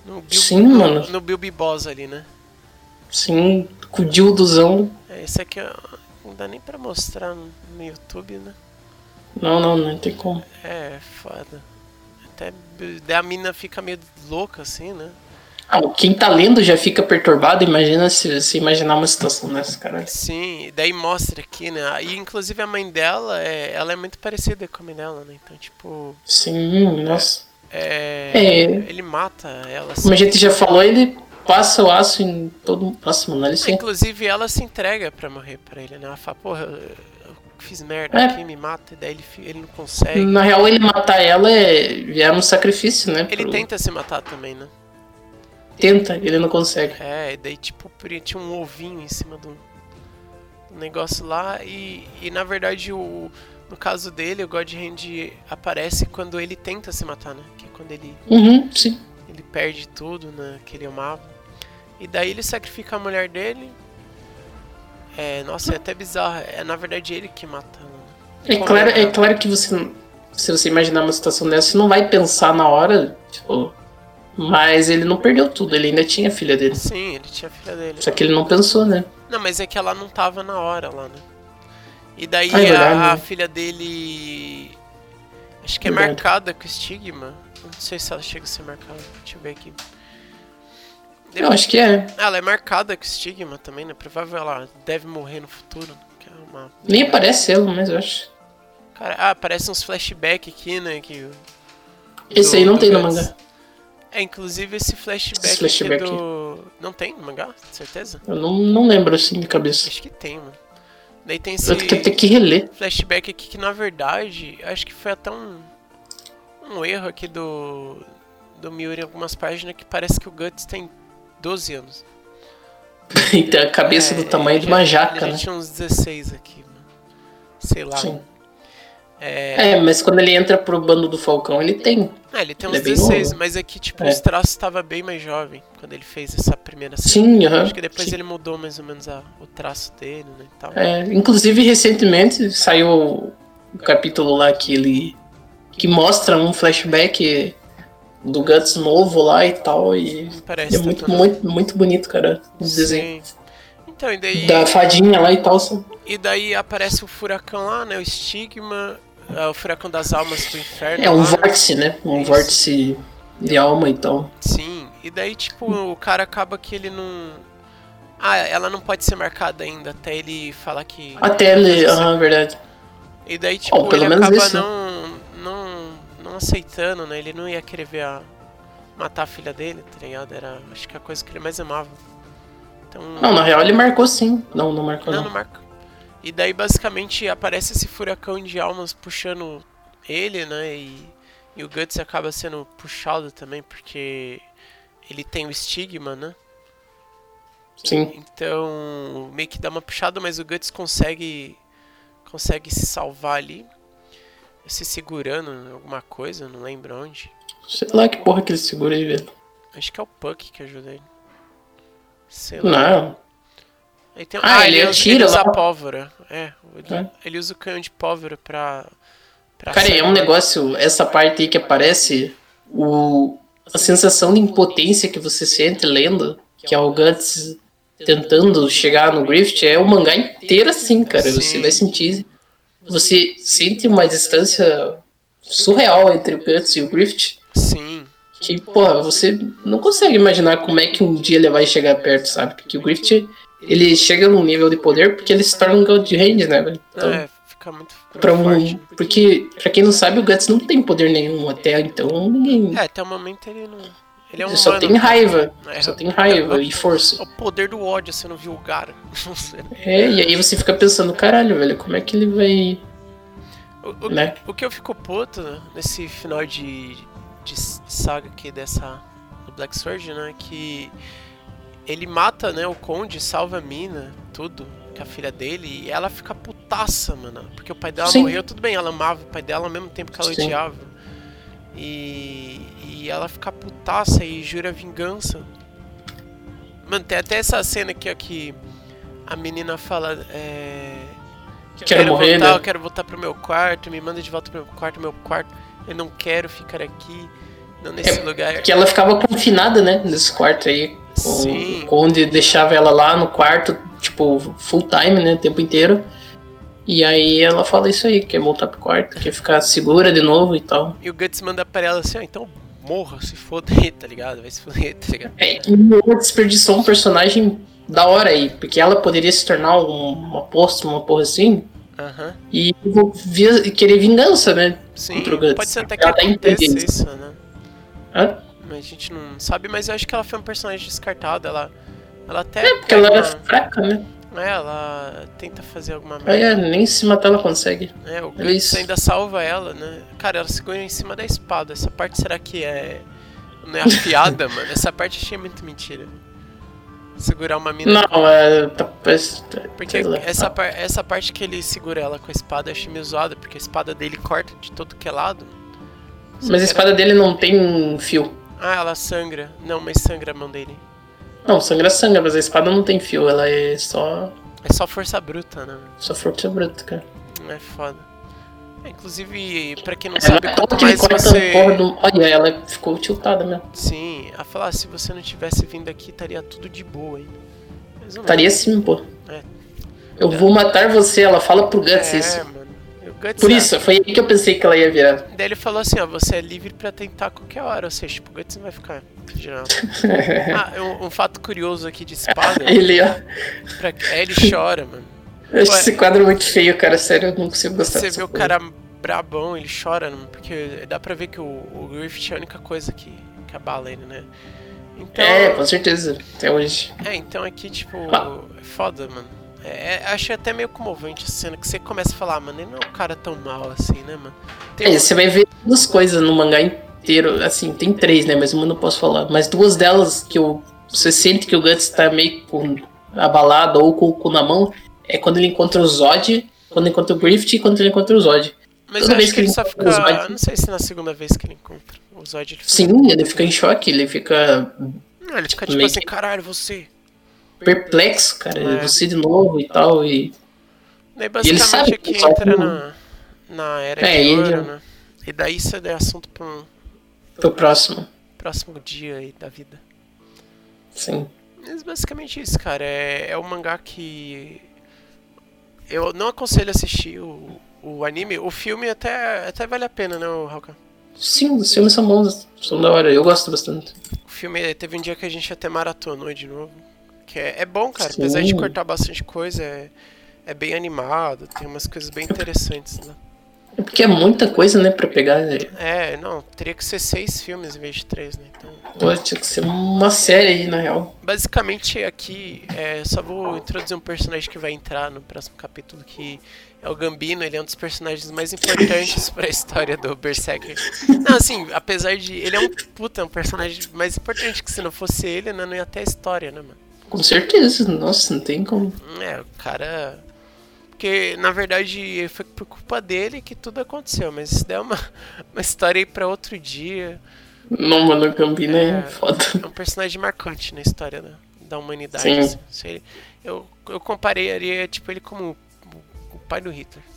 No Bil- Sim, no, mano. No Bilby Boss ali, né? Sim, com o Dildozão. É, esse aqui ó, não dá nem pra mostrar no, no YouTube, né? Não, não, não tem como. É, foda. Até b- daí a mina fica meio louca assim, né? Ah, quem tá lendo já fica perturbado, imagina se, se imaginar uma situação dessa, cara. Sim, e daí mostra aqui, né? E inclusive a mãe dela, é, ela é muito parecida com a mãe dela, né? Então, tipo. Sim, nossa. É, É. Ele mata ela. assim. Como a gente já falou, ele passa o aço em todo. Nossa, mano, ele sim. Inclusive, ela se entrega pra morrer pra ele, né? Ela fala, porra, eu, eu fiz merda É. Hum. aqui, me mata. E daí ele, fi- ele não consegue. Na real, ele matar ela é, é um sacrifício, né? Ele Pro- tenta se matar também, né? Tenta, ele não consegue. É, e daí, tipo, pri- tinha um ovinho em cima do, do negócio lá. E, e, na verdade, o, no caso dele, o God Hand aparece quando ele tenta se matar, né? Que é quando ele, Uhum, sim. ele perde tudo, né? Que ele amava. E daí ele sacrifica a mulher dele. É, nossa, é até bizarro. É, na verdade, ele que mata. né? É claro, é claro que você. não- Se você imaginar uma situação dessa, você não vai pensar na hora, tipo. Mas ele não perdeu tudo, ele ainda tinha a filha dele. Sim, ele tinha a filha dele. Só que ele não pensou, né? Não, mas é que ela não tava na hora lá, né? E daí Ah, é verdade, a, a né? filha dele. Acho que é Verdade. marcada com estigma. Eu Não sei se ela chega a ser marcada. Deixa eu ver aqui. Eu acho que é. Ela é marcada com estigma também, né? Provável ela deve morrer no futuro. Que é uma... Nem aparece ela, mas eu acho. Cara, ah, parece uns flashbacks aqui, né? Que... Esse do- aí não do tem no Guts. mangá. É, inclusive esse flashback, Esse flashback. aqui do. Não tem no mangá? Certeza? Eu não, não lembro assim de cabeça. Acho que tem, mano. Daí tem esse Tanto que eu tenho que reler. <laughs> flashback aqui que na verdade acho que foi até um. um erro aqui do. do Miura em algumas páginas que parece que o Guts tem 12 anos. e tem Então, a cabeça É, do tamanho de ele uma já- jaca, Ele né? já tinha uns 16 aqui, mano. Sei lá. Sim. É, É, mas quando ele entra pro bando do Falcão, ele tem. ah, ele tem ele uns é bem 16, novo. mas aqui, tipo, É. os traços estavam bem mais jovem quando ele fez essa primeira cena. Sim, aham. Acho que depois Sim. ele mudou mais ou menos a- o traço dele, né, e tal. É, inclusive, recentemente saiu o capítulo lá que ele. que mostra um flashback do Guts novo lá e tal. E Parece é tá muito, tudo- muito, muito bonito, cara. Os desenhos Sim. Então, e daí, da fadinha lá e tal. sabe? e daí aparece o furacão lá, né, o estigma, ah, o furacão das almas do inferno. É um lá, né? vórtice, né? Um Isso. vórtice de alma então. e tal. Sim, e daí, tipo, o cara acaba que ele não... Ah, ela não pode ser marcada ainda, até ele falar que... Até ele. Aham, verdade. E daí, tipo, Bom, pelo ele menos acaba isso, né? não, não, não aceitando, né? Ele não ia querer ver a, matar a filha dele, tá ligado? Era, acho que a coisa que ele mais amava. Então, Não, na real ele marcou sim. Não, não marcou não, não. não marca. E daí, basicamente, aparece esse furacão de almas puxando ele, né? E, e o Guts acaba sendo puxado também, porque ele tem o estigma, né? Sim. Então, meio que dá uma puxada, mas o Guts consegue consegue se salvar ali, se segurando em alguma coisa, não lembro onde. Sei lá que porra que ele segura aí, velho. Acho que é o Puck que ajuda ele. Sei lá. Não. Aí tem- Ah, ele usa- atira ele usa lá. pólvora. É, ele, É. ele usa o canhão de pólvora pra, pra Cara, é um salvar. negócio, essa parte aí que aparece, o, a sensação de impotência que você sente lendo, que é o Guts tentando chegar no Grift, é o mangá inteiro assim, cara. Você Sim. vai sentir. Você sente uma distância surreal entre o Guts e o Grift. Sim. Que, porra, você não consegue imaginar como é que um dia ele vai chegar perto, sabe? Porque o Grift, ele chega num nível de poder porque ele se torna um God Hand, né, velho? Então, é, fica muito, muito Pra um, forte. porque, pra quem não sabe, o Guts não tem poder nenhum até então, ninguém. É, até o momento ele não... Ele é um só humano. tem raiva. É, Só tem raiva é o- e força. é o poder do ódio, você não viu o cara. <laughs> Você não- É, e aí você fica pensando, caralho, velho, como é que ele vai. O, o- Né? o que eu fico puto nesse final de, de saga aqui dessa do Black Sword, né? é Que ele mata, né, o Conde, salva a mina, tudo, com a filha dele, e ela fica putaça, mano. Porque o pai dela Sim. morreu, tudo bem, ela amava o pai dela ao mesmo tempo que ela Sim. odiava. E, e ela fica putaça e jura vingança. Mano, tem até essa cena aqui, ó, que a menina fala. É, Quero morrer, voltar, né? eu quero voltar pro meu quarto, me manda de volta pro meu quarto, meu quarto. Eu não quero ficar aqui, não nesse É lugar. Porque ela ficava confinada, né? Nesse quarto aí. Com, Sim. o Conde deixava ela lá no quarto, tipo, full time, né? O tempo inteiro. E aí ela fala isso aí, quer voltar pro quarto, quer ficar segura de novo e tal. E o Guts manda pra ela assim, ó, então morra, se foda aí, <laughs> tá ligado? Vai se foder, tá ligado? É, e ela desperdiçou um personagem da hora aí, porque ela poderia se tornar um, uma posta, uma porra assim, Aham. e vou vi- querer vingança, né? Sim, Contra o Guts. pode ser até que Ela tá aconteça entendendo. isso, né? Hã? Mas a gente não sabe, mas eu acho que ela foi um personagem descartado, ela. Ela até. É, porque ela pega era fraca, né? uma- é, ela tenta fazer alguma Aí, merda. é, nem se matar ela consegue. É, o É Guts isso. ainda salva ela, né? Cara, ela segura em cima da espada. Essa parte será que é. Não é afiada, <laughs> mano? Essa parte eu achei muito mentira. Segurar uma mina. Não, é. Tá, parece- Porque sei lá. essa, par- essa parte que ele segura ela com a espada eu achei meio zoada, porque a espada dele corta de todo que é lado. Só Mas a que espada dele não tem fio. era- Ah, ela sangra. Não, mas sangra a mão dele. Não, sangra sangra, mas a espada não tem fio, ela é só. É só força bruta, né? só força bruta, cara. É foda. É, inclusive, pra quem não Ela sabe, é quanto que ele mais corta você. a porra do. Olha, ela ficou tiltada mesmo. Sim, a falar, se você não tivesse vindo aqui, estaria tudo de boa ainda. Mas não é. Estaria assim, pô. É. Eu vou matar você, ela fala pro Guts É, isso. mano. E o Guts, Por ah, isso, foi aí que eu pensei que ela ia <laughs> virar. Daí ele falou assim, ó, você é livre pra tentar a qualquer hora, ou seja, tipo, o Guts não vai ficar <laughs> girando. ah, um, um fato curioso aqui de espada, Ele, ó. pra... é, ele chora, mano. Eu acho Ué. esse quadro muito feio, cara. Sério, eu não consigo gostar Você dessa vê o coisa. cara brabão, ele chora, mano, porque dá pra ver que o, o Griffith é a única coisa que, que que abala ele, né? Então, É, com certeza. Até hoje. é, então aqui, tipo, Ah. é foda, mano. É, é, achei até meio comovente a cena que você começa a falar, mano, ele não é um cara tão mal assim, né, mano? Tem É, um- você vai ver duas coisas no mangá inteiro. Assim, tem três, né? Mas uma eu não posso falar. Mas duas delas que eu, você sente que o Guts tá meio com, abalado ou com o cu na mão é quando ele encontra o Zod, quando encontra o Griffith e quando ele encontra o Zod. Mas toda eu vez acho que que ele ele só encontra fica. os Zod- Não sei se na segunda vez que ele encontra o Zod ele fica. Sim, ele fica em choque, ele fica Não, ele fica tipo meio assim, que- caralho, você. perplexo, cara. É. Você de novo e tal. E Daí E ele basicamente sabe aqui que só entra com- na, na era É, de ele ouro, já- né? E daí isso é assunto pra um pro próximo. próximo dia aí da vida. Sim. Mas basicamente isso, cara. É, é um mangá que. Eu não aconselho assistir o, o anime. O filme até, até vale a pena, né, o Halkan? Sim, os filmes são bons, são da hora. Eu gosto bastante. O filme teve um dia que a gente até maratonou de novo. Que é, é bom, cara. Sim. Apesar de cortar bastante coisa, é, é bem animado, tem umas coisas bem interessantes, né? É porque é muita coisa, né, pra pegar. né? É, não, teria que ser seis filmes em vez de três, né? Então. Pô, Tinha que ser uma série aí, na real. Basicamente aqui, é, só vou introduzir um personagem que vai entrar no próximo capítulo, que é o Gambino, ele é um dos personagens mais importantes pra história do Berserker. Não, assim, apesar de. Ele é um puta, é um personagem mais importante que se não fosse ele, né, não ia ter a história, né, mano? Com certeza. Nossa, não tem como. É, o cara. Porque, na verdade, foi por culpa dele que tudo aconteceu, mas isso daí é uma, <laughs> uma história aí pra outro dia. Não, mano, Gambino é, É. foda. É um personagem marcante na história da, da humanidade. Sim. assim. Se ele- eu, eu compararia, tipo, ele como o- o pai do Hitler. <laughs>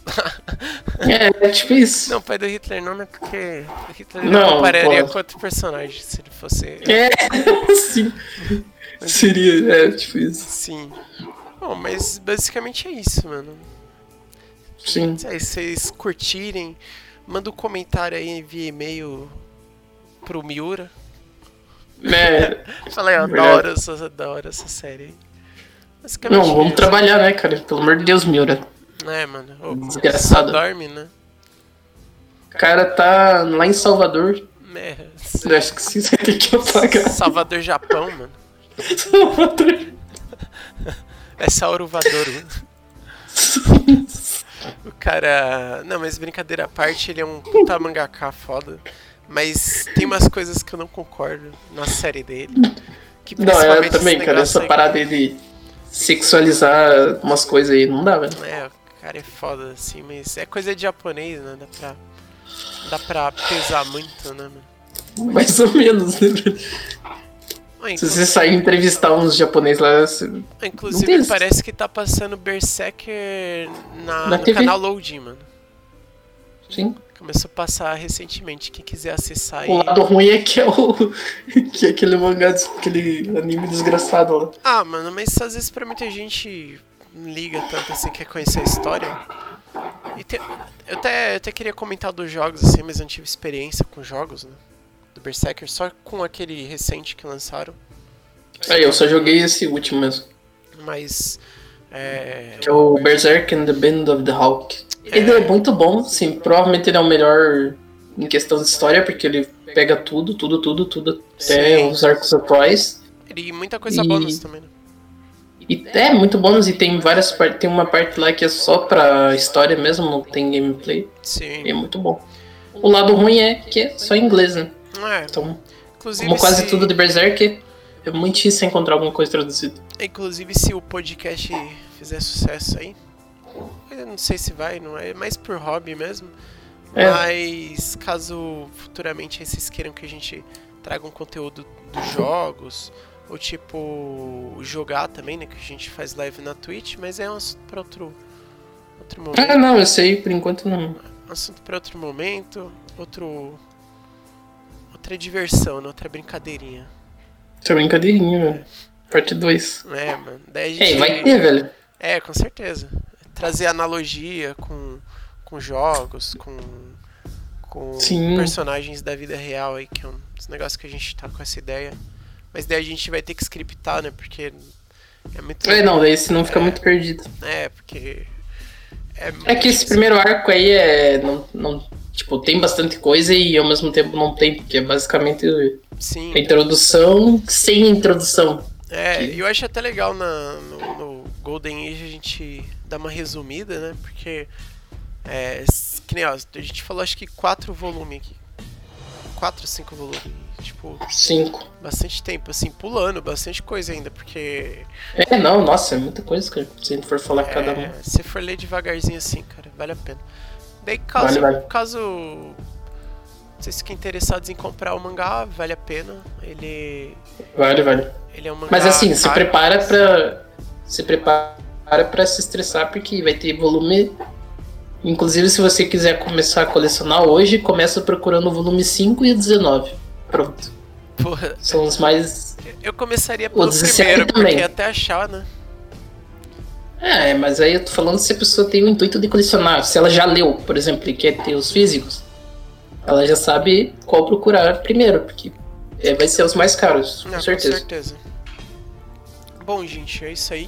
É, é tipo isso. não, o pai do Hitler não, né? Porque o Hitler eu Não, compararia pô. com outro personagem, se ele fosse... É, <laughs> sim. Seria, é, tipo isso. Sim. Bom, mas basicamente é isso, mano. Sim. Se aí vocês curtirem, manda um comentário aí, envia e-mail pro Miura. É, Fala aí, eu Verdade. adoro essa, adoro essa série. aí. Basicamente não, vamos é isso. trabalhar, né, cara? Pelo amor de Deus, Miura. É, mano. Ô, Desgraçado. só dorme, né? O cara tá lá em Salvador. É. Eu acho que sim, você tem que apagar. Salvador Japão, mano. Salvador. É Saurovadouro. o cara. Não, mas brincadeira à parte, ele é um puta mangaká foda. Mas tem umas coisas que eu não concordo na série dele. Que Não, eu principalmente também, esse cara. negócio Essa aí- parada de sexualizar umas coisas aí, não dá, velho. É, o cara é foda assim, mas é coisa de japonês, né? Dá pra. Dá pra pesar muito, né, mano? Mais ou menos, né? velho? Ah, Se inclu- ah, você sair entrevistar uns japoneses lá, você- não tem Inclusive, isso. parece que tá passando Berserker na, Na no TV. canal Loading, mano. sim. Começou a passar recentemente. Quem quiser acessar aí. O lado ruim é que é o. <laughs> que é aquele mangá, des- aquele anime desgraçado lá. Ah, mano, mas às vezes pra muita gente não liga tanto assim, quer conhecer a história. E tem- eu, até, eu até queria comentar dos jogos, assim, mas eu não tive experiência com jogos, né? Do Berserker, só com aquele recente que lançaram. Aí, eu só joguei esse último mesmo. Mas. É. Que é o Berserk and the Band of the Hawk. Ele é muito bom, sim. Provavelmente ele é o melhor em questão de história, porque ele pega tudo, tudo, tudo, tudo, até Sim. os arcos atuais. E muita coisa E- bônus também, né? E é muito bônus e tem várias partes. Tem uma parte lá que é só pra história mesmo, não tem gameplay. E é Sim. muito bom. O lado ruim é que é só em inglês, né? É, Então, inclusive. como quase se- tudo de Berserk, é muito difícil você encontrar alguma coisa traduzida. Inclusive, se o podcast fizer sucesso aí, eu não sei se vai, não é, é mais por hobby mesmo. É. Mas caso futuramente aí vocês queiram que a gente traga um conteúdo dos jogos, ou tipo, jogar também, né? Que a gente faz live na Twitch, mas é um assunto pra outro, outro Ah, momento. não, eu sei, por enquanto não. Assunto pra outro momento, outro. Outra diversão, né, outra brincadeirinha. Isso é brincadeirinha, velho. Parte 2. É, mano. Daí a gente. É, e vai ter, velho. É, com certeza. Trazer analogia com, com jogos, com, com Sim. personagens da vida real aí, que é um dos negócios que a gente tá com essa ideia. Mas daí a gente vai ter que scriptar, né? Porque é muito. É, não, daí senão fica muito perdido. É, porque. É, É muito que esse difícil. primeiro arco aí é. Não, não, Tipo, tem bastante coisa e ao mesmo tempo não tem, porque é basicamente Sim. a introdução sem introdução. É, Que- e eu acho até legal na, no, no Golden Age a gente dar uma resumida, né? Porque. É, s- que nem ó, a gente falou acho que quatro volumes aqui. Quatro, cinco volumes. Tipo, Cinco. bastante tempo, assim, pulando, bastante coisa ainda, porque. É, não, nossa, é muita coisa, cara. Se a gente for falar cada um. É, se for ler devagarzinho assim, cara, vale a pena. Daí caso. Vale, vale. caso vocês fiquem interessados em comprar o mangá, vale a pena. Ele. Vale, vale. Ele é um mangá. Mas assim, se caro, prepara pra. Se prepara pra se estressar, porque vai ter volume. Inclusive, se você quiser começar a colecionar hoje, começa procurando o volume 5 e o 19. Pronto. Porra, <laughs> São os mais. Eu começaria O pelo 17 primeiro, também. porque até achar, né? É, mas aí eu tô falando se a pessoa tem o intuito de colecionar. Se ela já leu, por exemplo, e quer ter os físicos, ela já sabe qual procurar primeiro, porque é, vai ser os mais caros, Não, com certeza. Bom, gente, é isso aí.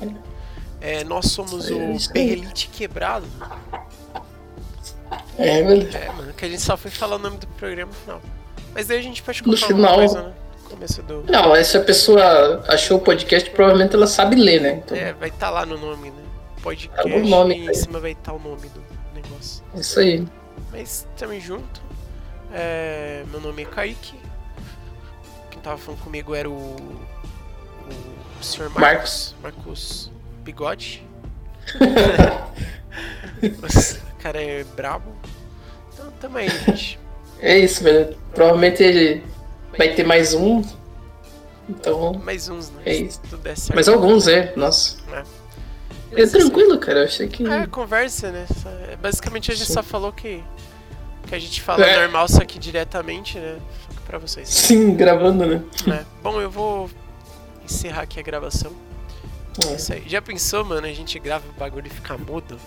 É, nós somos É o isso aí. Berrelite Quebrado. É, velho. É, mano, que a gente só foi falar o nome do programa no final. Mas daí a gente pode No contar alguma final. coisa, né? No Começo do... Não, aí se a pessoa achou o podcast, provavelmente ela sabe ler, né? Então, É, vai estar lá no nome, né? Podcast Tá no nome, e em cara. cima vai estar o nome do negócio. é isso aí. Mas tamo junto. É, meu nome é Kaique. Quem tava falando comigo era o. O senhor Marcos. Marcos Bigode. Nossa, o cara é brabo. Então tamo aí, gente. <laughs> É isso, velho. Provavelmente ele vai ter mais um. Então. Mais uns, né? É isso. Se tudo der certo. Mais alguns, é. Nossa. É tranquilo, cara. Eu achei que. É, conversa, né? Só- é, Basicamente a gente Sim. só falou que. Que a gente fala É. normal, só que diretamente, né? Fica pra vocês. Sim, gravando, né? né? Bom, eu vou encerrar aqui a gravação. É. Isso aí. Já pensou, mano? A gente grava o bagulho e fica mudo?